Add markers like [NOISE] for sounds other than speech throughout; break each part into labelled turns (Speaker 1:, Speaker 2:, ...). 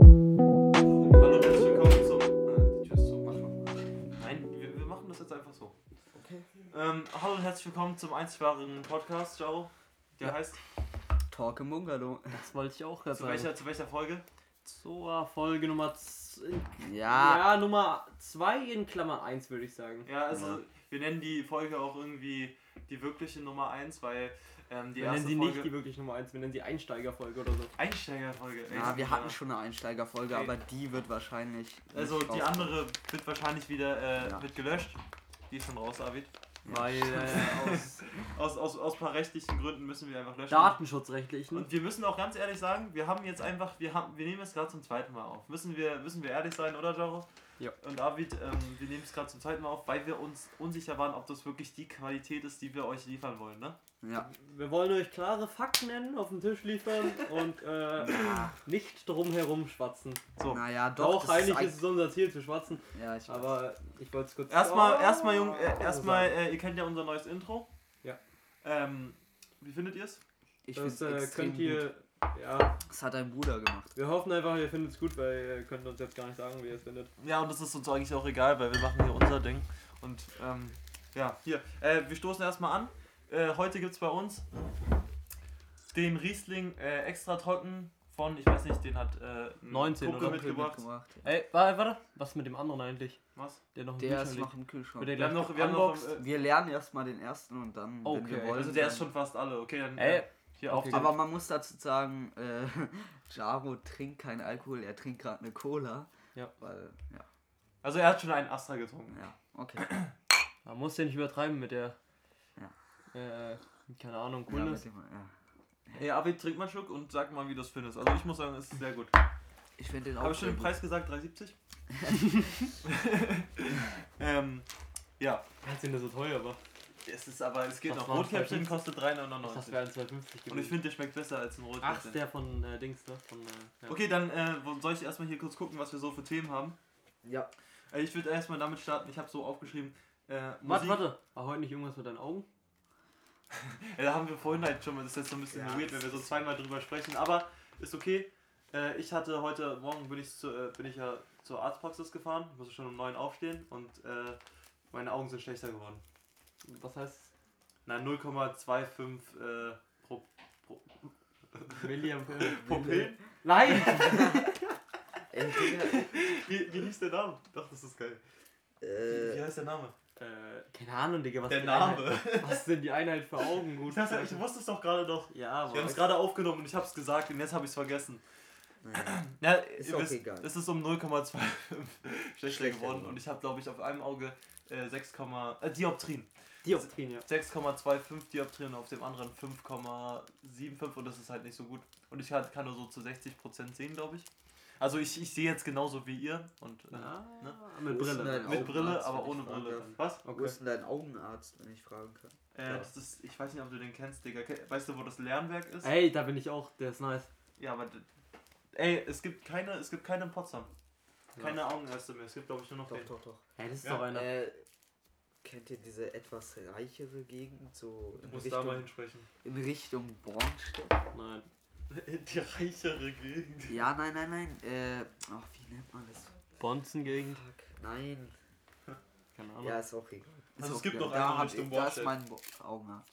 Speaker 1: Hallo und herzlich willkommen zum. Äh, die Tür ist zu, mach mal. Nein, wir, wir machen das jetzt einfach so.
Speaker 2: Okay.
Speaker 1: Ähm, hallo und herzlich willkommen zum einzigartigen Podcast, Ciao. Der
Speaker 2: Ja.
Speaker 1: heißt.
Speaker 2: Talk im Bungalow.
Speaker 3: Das wollte ich auch gerade
Speaker 1: Zu
Speaker 3: sagen.
Speaker 1: welcher, zu welcher Folge?
Speaker 3: Zur Folge Nummer z-
Speaker 2: [LAUGHS] Ja.
Speaker 3: ja, Nummer 2 in Klammer 1, würde ich sagen.
Speaker 1: Ja, also
Speaker 2: Ja.
Speaker 1: wir nennen die Folge auch irgendwie die wirkliche Nummer 1, weil ähm, die
Speaker 3: wir
Speaker 1: erste
Speaker 3: nennen sie
Speaker 1: Folge.
Speaker 3: nicht die wirklich Nummer 1, wir nennen sie Einsteigerfolge oder so.
Speaker 1: Einsteigerfolge. ey,
Speaker 2: Ja, Ah, wir
Speaker 1: ja.
Speaker 2: hatten schon eine Einsteigerfolge,
Speaker 1: Okay.
Speaker 2: aber die wird wahrscheinlich. nicht
Speaker 1: Also die
Speaker 2: rauskommen.
Speaker 1: andere wird wahrscheinlich wieder äh,
Speaker 2: Ja.
Speaker 1: wird gelöscht. Die ist schon raus, Arvid.
Speaker 3: Weil äh, aus
Speaker 1: Aus, aus, aus ein paar rechtlichen Gründen müssen wir einfach löschen.
Speaker 3: datenschutzrechtlichen.
Speaker 1: Und wir müssen auch ganz ehrlich sagen, wir haben jetzt einfach, wir haben, wir nehmen es gerade zum zweiten Mal auf. Müssen wir, müssen wir ehrlich sein, oder Jaro?
Speaker 3: Ja.
Speaker 1: Und Arvid, ähm, wir nehmen es gerade zum zweiten Mal auf, weil wir uns unsicher waren, ob das wirklich die Qualität ist, die wir euch liefern wollen, ne?
Speaker 2: Ja.
Speaker 3: Wir wollen euch klare Fakten nennen, auf den Tisch liefern und äh,
Speaker 2: Ah,
Speaker 3: nicht drumherum schwatzen.
Speaker 1: So.
Speaker 2: naja,
Speaker 3: Doch,
Speaker 2: doch.
Speaker 3: Auch
Speaker 2: das
Speaker 3: eigentlich
Speaker 2: ein-
Speaker 3: ist es unser Ziel zu schwatzen,
Speaker 2: Ja, ich weiß.
Speaker 3: aber ich wollte es kurz.
Speaker 1: Erstmal,
Speaker 3: Oh.
Speaker 1: erstmal, Jung, äh, erstmal, äh, ihr kennt ja unser neues Intro.
Speaker 3: Ja.
Speaker 1: Ähm, wie findet ihr es?
Speaker 2: ich
Speaker 3: Das
Speaker 2: find's
Speaker 3: äh,
Speaker 2: extrem
Speaker 3: könnt ihr.
Speaker 2: gut.
Speaker 3: Ja,
Speaker 2: Das hat dein Bruder gemacht.
Speaker 3: wir hoffen einfach, ihr findet es gut, weil ihr könnt uns jetzt gar nicht sagen, wie ihr es findet.
Speaker 1: Ja, und das ist uns eigentlich auch egal, weil wir machen hier unser Ding. Und ähm, ja, hier. Äh, wir stoßen erstmal an. Äh, heute gibt es bei uns den Riesling äh, extra trocken von, ich weiß nicht, den hat äh, ein
Speaker 3: 19
Speaker 1: Kumpel
Speaker 3: oder?
Speaker 1: mitgebracht.
Speaker 3: Ey, warte, warte. Was ist mit dem anderen eigentlich?
Speaker 1: Was?
Speaker 3: Der noch im
Speaker 2: Der
Speaker 3: Kühlschrank
Speaker 2: ist
Speaker 3: liegt.
Speaker 2: noch im Kühlschrank.
Speaker 3: Wird der
Speaker 1: Wir
Speaker 3: gleich
Speaker 1: haben noch, wir haben noch
Speaker 3: geunboxed?
Speaker 1: äh,
Speaker 2: Wir lernen erstmal den ersten und dann, wenn wir
Speaker 3: Okay,
Speaker 2: wollen.
Speaker 1: also der ist
Speaker 2: dann-
Speaker 1: schon fast alle. Okay, dann
Speaker 3: Ey,
Speaker 1: äh, hier
Speaker 3: okay.
Speaker 1: auf.
Speaker 2: Aber man muss dazu sagen, äh, [LAUGHS] Jaro trinkt keinen Alkohol, er trinkt gerade eine Cola.
Speaker 3: Ja.
Speaker 2: Weil, ja,
Speaker 1: Also er hat schon einen Astra getrunken.
Speaker 2: ja, okay.
Speaker 3: Man muss ja nicht übertreiben mit der. Äh, keine Ahnung,
Speaker 2: Ja,
Speaker 3: coolness.
Speaker 2: mit dem, ja.
Speaker 1: Ey, Arvid, trink mal einen Schluck und sag mal, wie du es findest. Also ich muss sagen, es ist sehr gut.
Speaker 2: Ich finde den auch.
Speaker 1: Habe ich schon
Speaker 2: sehr
Speaker 1: den
Speaker 2: gut.
Speaker 1: Preis gesagt? [LAUGHS] 3,70? ähm, ja.
Speaker 3: Als denn der so teuer war.
Speaker 1: Es ist aber, es geht
Speaker 3: Was
Speaker 1: noch.
Speaker 3: waren
Speaker 1: Rotkäppchen
Speaker 3: 2,50?
Speaker 1: kostet
Speaker 3: Ach, das
Speaker 1: 3,99.
Speaker 3: wäre 250 gewesen.
Speaker 1: Und ich finde, der schmeckt besser als ein
Speaker 3: Ach, ist
Speaker 1: Rotkäppchen.
Speaker 3: der von äh, Dings, ne? Von, äh, ja.
Speaker 1: Okay, dann äh, wo- soll ich erstmal hier kurz gucken, was wir so für Themen haben.
Speaker 2: Ja.
Speaker 1: Äh, ich würde erstmal damit starten, ich habe so aufgeschrieben. Äh,
Speaker 3: Warte,
Speaker 1: Musik.
Speaker 3: warte. War heute nicht irgendwas mit deinen Augen?
Speaker 1: Äh, da haben wir vorhin halt schon mal, das ist jetzt so ein bisschen
Speaker 2: Ja,
Speaker 1: weird, wenn wir so zweimal drüber sprechen, aber ist okay. Äh, ich hatte heute Morgen, bin ich, zu, äh, bin ich ja zur Arztpraxis gefahren, ich musste schon um 9 aufstehen und äh, meine Augen sind schlechter geworden.
Speaker 3: Was heißt
Speaker 1: Na, 0,25 äh, pro, pro,
Speaker 3: William?
Speaker 1: [LAUGHS] pro Pillen.
Speaker 3: Nein!
Speaker 2: Ey, Digga,
Speaker 1: Wie, wie hieß der Name? Doch, das ist geil.
Speaker 2: äh,
Speaker 1: heißt der Name?
Speaker 3: äh, keine Ahnung, Digga. Was
Speaker 1: Der
Speaker 3: die
Speaker 1: Name.
Speaker 3: Einheit, was ist denn die Einheit für
Speaker 1: [LAUGHS]
Speaker 3: Augen? Gut.
Speaker 1: Ich, hab's ja- ich wusste es doch gerade noch.
Speaker 3: ja,
Speaker 1: Wir haben es
Speaker 3: aber.
Speaker 1: gerade aufgenommen und ich habe es gesagt und jetzt habe ich es vergessen.
Speaker 2: naja.
Speaker 1: Ja,
Speaker 2: Ist
Speaker 1: ihr
Speaker 2: auch
Speaker 1: wisst,
Speaker 2: egal.
Speaker 1: Es ist um 0,25 schlechter
Speaker 2: Schlechter
Speaker 1: geworden
Speaker 2: geworden.
Speaker 1: und ich habe, glaube ich, auf einem Auge äh, 6, Komma- äh, Dioptrien.
Speaker 3: Dioptrien, ja.
Speaker 1: 6,25 Dioptrien auf dem anderen 5,75 und das ist halt nicht so gut. Und ich halt- kann nur so zu 60% sehen, glaube ich. Also ich, ich sehe jetzt genauso wie ihr und äh, ne?
Speaker 3: Ah, mit
Speaker 2: Wo ist denn
Speaker 3: Brille.
Speaker 2: dein
Speaker 1: mit Brille,
Speaker 2: Augenarzt,
Speaker 1: aber
Speaker 2: wenn ich
Speaker 1: ohne
Speaker 2: fragen
Speaker 1: Brille.
Speaker 2: darf.
Speaker 1: Was?
Speaker 2: Wo
Speaker 3: Okay.
Speaker 2: ist denn dein Augenarzt, wenn ich fragen kann?
Speaker 1: Äh,
Speaker 3: Ja.
Speaker 1: das ist, ich weiß nicht, ob du den kennst, Digga. Ke- Weißt du, wo das Lernwerk ist?
Speaker 3: Ey, da bin ich auch. Der ist nice.
Speaker 1: Ja, aber. d- Ey, es gibt keine, es gibt keine in Potsdam.
Speaker 3: Ja.
Speaker 1: Keine Augenärzte mehr. Es gibt, glaube ich, nur noch
Speaker 2: Doch,
Speaker 1: den.
Speaker 2: doch, doch.
Speaker 3: Ey, das ist
Speaker 1: Ja,
Speaker 3: doch einer.
Speaker 2: Äh, kennt ihr diese etwas reichere Gegend? So
Speaker 1: Du
Speaker 2: in
Speaker 1: musst da mal
Speaker 2: Richtung,
Speaker 1: hinsprechen. [LAUGHS]
Speaker 2: in Richtung Bornstedt?
Speaker 3: Nein.
Speaker 1: Die reichere Gegend.
Speaker 2: Ja, nein, nein, nein. Äh, ach, wie nennt man das?
Speaker 3: Bonzengegend.
Speaker 2: Fuck, nein.
Speaker 3: Keine Ahnung.
Speaker 2: Ja, ist auch egal. Ist
Speaker 1: Also es
Speaker 2: auch
Speaker 1: gibt
Speaker 2: egal.
Speaker 1: noch
Speaker 2: da
Speaker 1: eine
Speaker 2: hab
Speaker 1: Richtung
Speaker 2: ich, Da
Speaker 1: Bornstedt.
Speaker 2: ist mein Bo Augenarzt.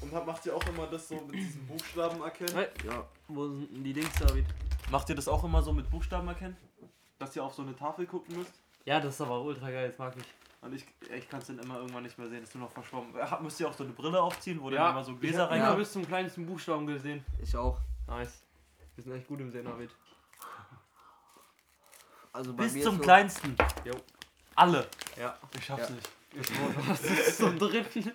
Speaker 1: Und hab- macht ihr auch immer das so mit diesen Buchstaben erkennen?
Speaker 3: Hey,
Speaker 2: Ja,
Speaker 3: wo sind denn die Dings da wieder?
Speaker 1: Macht ihr das auch immer so mit Buchstaben erkennen? Dass ihr auf so eine Tafel gucken müsst?
Speaker 3: Ja, das ist aber ultra geil, das mag ich.
Speaker 1: Und ich, ich kann es dann immer irgendwann nicht mehr sehen, ist nur noch verschwommen. Hab- Müsst ihr auch so eine Brille aufziehen, wo dann immer so Gläser
Speaker 3: Ich hab
Speaker 1: reinkommen?
Speaker 3: bis zum kleinsten Buchstaben gesehen.
Speaker 2: ich auch.
Speaker 3: Nice. Wir sind echt gut im Sehen, David.
Speaker 2: Also bei
Speaker 1: Bis
Speaker 2: mir
Speaker 1: zum
Speaker 2: ist so,
Speaker 1: kleinsten.
Speaker 3: Jo.
Speaker 1: Alle.
Speaker 3: Ja.
Speaker 1: Ich schaff's
Speaker 2: Ja.
Speaker 1: nicht.
Speaker 3: [LAUGHS] Was ist zum dritten?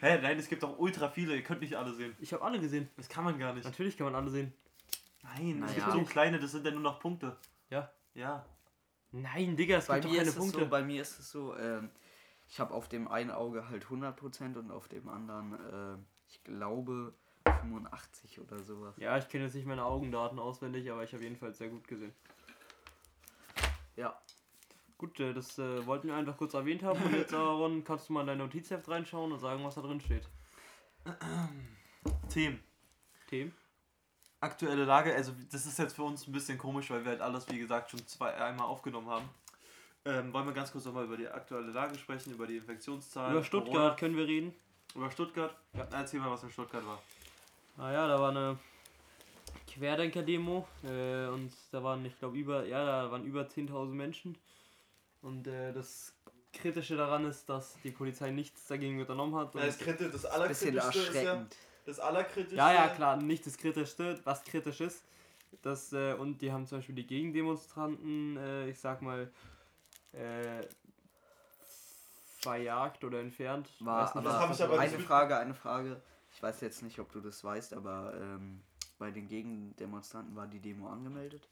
Speaker 1: Hä, nein, es gibt auch ultra viele, ihr könnt nicht alle sehen.
Speaker 3: Ich habe alle gesehen.
Speaker 1: Das kann man gar nicht.
Speaker 3: Natürlich kann man alle sehen.
Speaker 1: Nein, es
Speaker 2: Naja.
Speaker 1: gibt so kleine, das sind ja nur noch Punkte.
Speaker 3: Ja.
Speaker 1: Ja.
Speaker 3: Nein, Digga, es
Speaker 2: Bei
Speaker 3: gibt doch
Speaker 2: mir
Speaker 3: keine
Speaker 2: ist es
Speaker 3: Punkte.
Speaker 2: so, bei mir ist es so, ähm, Ich habe auf dem einen Auge halt 100% und auf dem anderen, äh, ich glaube, 85 oder sowas.
Speaker 3: Ja, ich kenne jetzt nicht meine Augendaten auswendig, aber ich habe jedenfalls sehr gut gesehen.
Speaker 2: Ja.
Speaker 3: Gut, äh, das äh, wollten wir einfach kurz erwähnt haben. Und [LAUGHS] jetzt, Aaron, kannst du mal in dein Notizheft reinschauen und sagen, was da drin steht.
Speaker 1: Themen.
Speaker 3: Themen?
Speaker 1: Aktuelle Lage, also das ist jetzt für uns ein bisschen komisch, weil wir halt alles, wie gesagt, schon zwei, einmal aufgenommen haben. Ähm, wollen wir ganz kurz nochmal über die aktuelle Lage sprechen, über die Infektionszahlen.
Speaker 3: Über Stuttgart
Speaker 1: Corona.
Speaker 3: können wir reden.
Speaker 1: Über Stuttgart? Ja. Erzähl mal, was in Stuttgart war.
Speaker 3: Naja, Ah da war eine Querdenker-Demo äh, und da waren, ich glaube, über, ja, da waren über 10.000 Menschen. Und äh, das Kritische daran ist, dass die Polizei nichts dagegen unternommen hat. Und
Speaker 1: kritisch, das
Speaker 2: Bisschen erschreckend.
Speaker 1: das allerkritischste.
Speaker 3: ja, ja, klar, nicht das Kritischste, was kritisch ist. Das, äh, und die haben zum Beispiel die Gegendemonstranten, äh, ich sag mal, äh, verjagt oder entfernt.
Speaker 2: War
Speaker 3: Weiß nicht,
Speaker 1: Das
Speaker 2: aber,
Speaker 1: hab ich aber
Speaker 2: eine
Speaker 1: nicht-
Speaker 2: Frage, eine Frage. Ich weiß jetzt nicht, ob du das weißt, aber ähm, bei den Gegendemonstranten war die Demo angemeldet.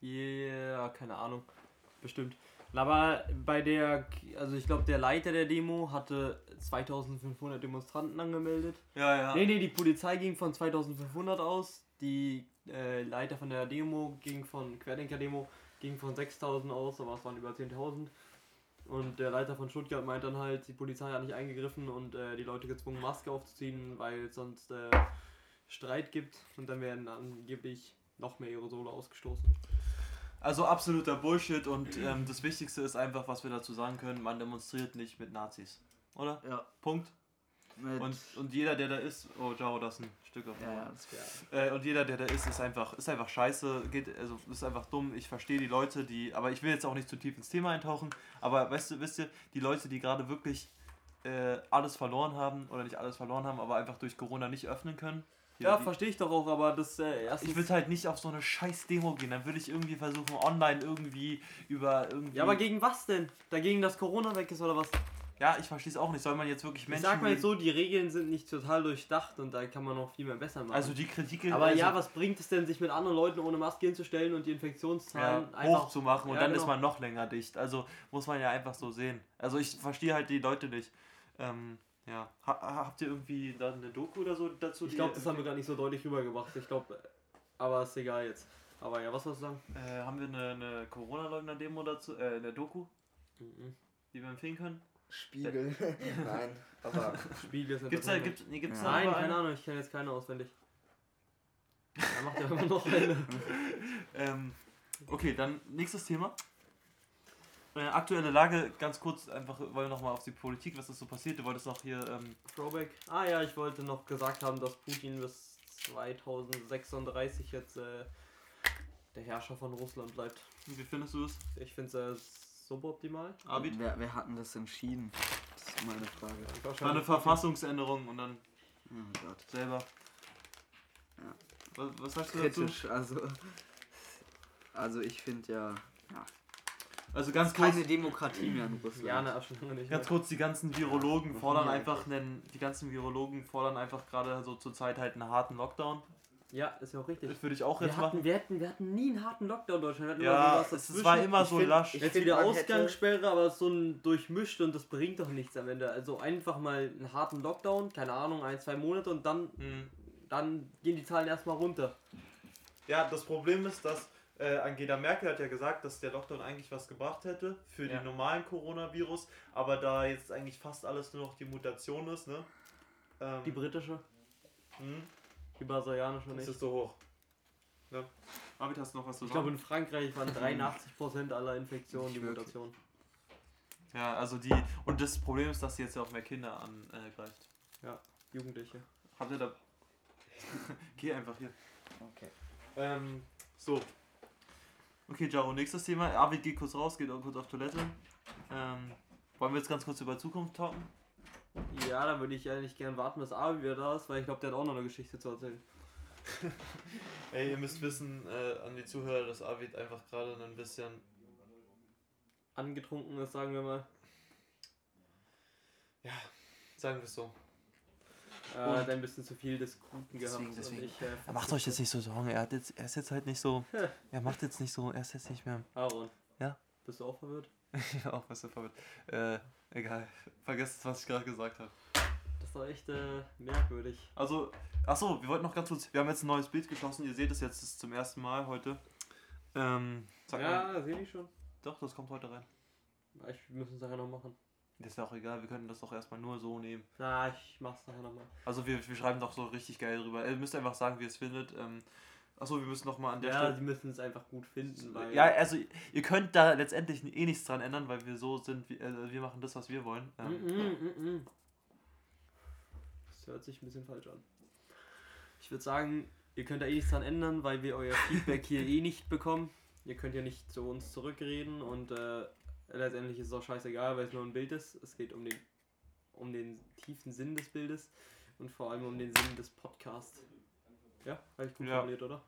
Speaker 3: Ja, keine Ahnung. Bestimmt. Aber bei der, also ich glaube, der Leiter der Demo hatte 2500 Demonstranten angemeldet.
Speaker 1: Ja, ja.
Speaker 3: Nee, nee, die Polizei ging von 2500 aus. Die äh, Leiter von der Demo ging von, Querdenker-Demo, ging von 6000 aus, aber es waren über 10.000. Und der Leiter von Stuttgart meint dann halt, die Polizei hat nicht eingegriffen und äh, die Leute gezwungen, Maske aufzuziehen, weil es sonst äh, Streit gibt. Und dann werden angeblich noch mehr Aerosole ausgestoßen.
Speaker 1: Also absoluter Bullshit und ähm, das Wichtigste ist einfach, was wir dazu sagen können, man demonstriert nicht mit Nazis. Oder?
Speaker 2: Ja.
Speaker 1: Punkt.
Speaker 2: Mit,
Speaker 1: Und, und jeder, der da ist, oh Jaro, das ist ein Stück auf
Speaker 2: ja, ja,
Speaker 1: ja, [LAUGHS]
Speaker 2: das
Speaker 3: Ja.
Speaker 1: äh, Und jeder, der da ist, ist einfach, ist einfach scheiße, geht, also ist einfach dumm. Ich verstehe die Leute, die, aber ich will jetzt auch nicht zu tief ins Thema eintauchen, aber weißt du, wisst ihr, die Leute, die gerade wirklich äh, alles verloren haben, oder nicht alles verloren haben, aber einfach durch Corona nicht öffnen können. die-
Speaker 3: Ja,
Speaker 1: die-
Speaker 3: verstehe ich doch auch, aber das äh, erstens.
Speaker 1: ich würde halt nicht auf so eine scheiß Demo gehen. Dann würde ich irgendwie versuchen, online irgendwie über irgendwie.
Speaker 3: ja, aber gegen was denn? Dagegen, dass Corona weg ist oder was?
Speaker 1: Ja, ich verstehe es auch nicht. Soll man jetzt wirklich
Speaker 3: Ich
Speaker 1: Menschen.
Speaker 3: sag mal jetzt
Speaker 1: gegen-
Speaker 3: so, die Regeln sind nicht total durchdacht und da kann man noch viel mehr besser machen.
Speaker 1: also die Kritik.
Speaker 3: aber
Speaker 1: also
Speaker 3: ja, was bringt es denn, sich mit anderen Leuten ohne Maske hinzustellen und die Infektionszahlen
Speaker 1: ja,
Speaker 3: einfach.
Speaker 1: hochzumachen und
Speaker 3: Ja,
Speaker 1: dann
Speaker 3: genau.
Speaker 1: ist man noch länger dicht. Also muss man ja einfach so sehen. Also ich verstehe halt die Leute nicht. Ähm, ja. Ha habt ihr irgendwie da eine Doku oder so dazu?
Speaker 3: Ich
Speaker 1: die-
Speaker 3: glaube, das haben wir gar nicht so deutlich rübergebracht. Ich glaube, aber ist egal jetzt. Aber ja, was wolltest du sagen?
Speaker 1: äh, haben wir eine, eine Corona-Leugner-Demo dazu, äh, eine Doku,
Speaker 3: Mhm.
Speaker 1: die wir empfehlen können?
Speaker 2: Spiegel. [LAUGHS] Nein, aber
Speaker 3: Spiegel ist
Speaker 1: Gibt's da,
Speaker 3: Entertainment.
Speaker 1: gibt's, nee, gibt's da
Speaker 3: Nein,
Speaker 1: überall?
Speaker 3: keine Ahnung, ich kenne jetzt keine auswendig. Da macht ja immer
Speaker 1: [LAUGHS]
Speaker 3: noch eine.
Speaker 1: Ähm, okay, dann nächstes Thema. Äh, aktuelle Lage, ganz kurz, einfach, weil nochmal auf die Politik, was ist so passiert? Du wolltest noch hier, ähm,
Speaker 3: Throwback. Ah ja, ich wollte noch gesagt haben, dass Putin bis 2036 jetzt äh, der Herrscher von Russland bleibt.
Speaker 1: wie findest du es?
Speaker 3: Ich finde es äh, suboptimal.
Speaker 1: Abid?
Speaker 2: wer, wer hat denn das entschieden? Das ist meine Frage.
Speaker 3: Ich
Speaker 1: War eine
Speaker 3: wahrscheinlich-
Speaker 1: Verfassungsänderung und dann
Speaker 2: Oh mein Gott.
Speaker 1: selber.
Speaker 2: Ja.
Speaker 1: Was, was sagst du dazu?
Speaker 2: Kritisch, also. Also ich finde ja
Speaker 1: Also ganz kurz,
Speaker 2: keine Demokratie mehr in Russland.
Speaker 3: Ja, ne, schon lange nicht.
Speaker 1: ganz
Speaker 3: mehr.
Speaker 1: kurz, die ganzen Virologen
Speaker 2: Ja,
Speaker 1: fordern
Speaker 2: ja.
Speaker 1: einfach einen, die ganzen Virologen fordern einfach gerade so zur Zeit halt einen harten Lockdown.
Speaker 3: Ja, ist ja auch richtig.
Speaker 1: Das würde ich auch
Speaker 3: Wir
Speaker 1: jetzt machen.
Speaker 3: hatten, wir, hatten, wir hatten nie einen harten Lockdown in Deutschland. Wir hatten
Speaker 1: Ja,
Speaker 3: immer so was
Speaker 1: es
Speaker 3: dazwischen.
Speaker 1: war immer so
Speaker 2: find-
Speaker 1: lasch.
Speaker 2: ich-
Speaker 3: Jetzt wieder
Speaker 2: man hätte-
Speaker 3: Ausgangssperre, aber so ein durchmischt und das bringt doch nichts am Ende. Also einfach mal einen harten Lockdown, keine Ahnung, ein, zwei Monate und dann,
Speaker 1: Hm.
Speaker 3: dann gehen die Zahlen erstmal runter.
Speaker 1: Ja, das Problem ist, dass äh, Angela Merkel hat ja gesagt, dass der Lockdown eigentlich was gebracht hätte für
Speaker 3: Ja.
Speaker 1: den normalen Coronavirus, aber da jetzt eigentlich fast alles nur noch die Mutation ist, ne? Ähm,
Speaker 3: Die britische,
Speaker 1: hm,
Speaker 3: die brasilianische
Speaker 1: das
Speaker 3: nicht.
Speaker 1: ist so hoch. Ne? Arvid, hast du noch was zu
Speaker 3: Ich glaube, in Frankreich [LAUGHS] waren 83% aller Infektionen die
Speaker 2: Nicht wirklich.
Speaker 3: Mutation.
Speaker 1: ja, also die. Und das Problem ist, dass sie jetzt ja auch mehr Kinder angreift.
Speaker 3: Jugendliche.
Speaker 1: Habt ihr da. [LAUGHS] Geh einfach hier.
Speaker 2: Okay.
Speaker 1: Ähm, so. Okay, Jaro, nächstes Thema. Arvid geht kurz raus, geht auch kurz auf Toilette. Ähm, wollen wir jetzt ganz kurz über Zukunft talken?
Speaker 3: Ja, da würde ich eigentlich gern warten, bis Abi wieder da ist, weil ich glaube, der hat auch noch eine Geschichte zu erzählen.
Speaker 1: Ey, ihr müsst wissen, äh, an die Zuhörer, dass Arvid einfach gerade ein bisschen.
Speaker 3: Angetrunken ist, sagen wir mal.
Speaker 1: Sagen wir es so.
Speaker 3: Äh,
Speaker 1: Und-
Speaker 3: hat ein bisschen zu viel des Guten gehabt.
Speaker 2: Deswegen, deswegen.
Speaker 3: Und ich, äh,
Speaker 1: Er macht euch jetzt nicht so Sorgen, er, hat jetzt, er ist jetzt halt nicht so.
Speaker 3: Ja.
Speaker 1: [LAUGHS] Er macht jetzt nicht so, er ist jetzt nicht mehr.
Speaker 3: Aaron.
Speaker 1: Ja?
Speaker 3: Bist du auch verwirrt?
Speaker 1: ich war auch besser verwirrt. Äh, egal. Vergesst, was ich gerade gesagt habe.
Speaker 3: Das war echt äh, merkwürdig.
Speaker 1: Also, achso, wir wollten noch ganz kurz. Wir haben jetzt ein neues Bild geschossen. Ihr seht es jetzt das ist zum ersten Mal heute. Ähm, sag mal.
Speaker 3: Ja, sehe ich schon.
Speaker 1: Doch, das kommt heute rein.
Speaker 3: Ich müssen es nachher noch machen.
Speaker 1: Das ist ja auch egal, wir können das doch erstmal nur so nehmen.
Speaker 3: Na, ich mach's nachher nochmal.
Speaker 1: Also, wir, wir schreiben doch so richtig geil drüber. Ihr müsst einfach sagen, wie ihr es findet. Ähm, achso, wir müssen nochmal an der
Speaker 3: Ja,
Speaker 1: Stelle.
Speaker 3: sie müssen es einfach gut finden, weil.
Speaker 1: Ja, also ihr könnt da letztendlich eh nichts dran ändern, weil wir so sind, wie, äh, wir machen das, was wir wollen. Ähm,
Speaker 3: Mm-mm-mm-mm. Das hört sich ein bisschen falsch an. Ich würde sagen, ihr könnt da eh nichts dran ändern, weil wir euer Feedback hier eh nicht bekommen. Ihr könnt ja nicht zu uns zurückreden und äh, letztendlich ist es auch scheißegal, weil es nur ein Bild ist. Es geht um den, um den tiefen Sinn des Bildes und vor allem um den Sinn des Podcasts. Ja, habe ich gut
Speaker 1: Ja.
Speaker 3: formuliert, oder?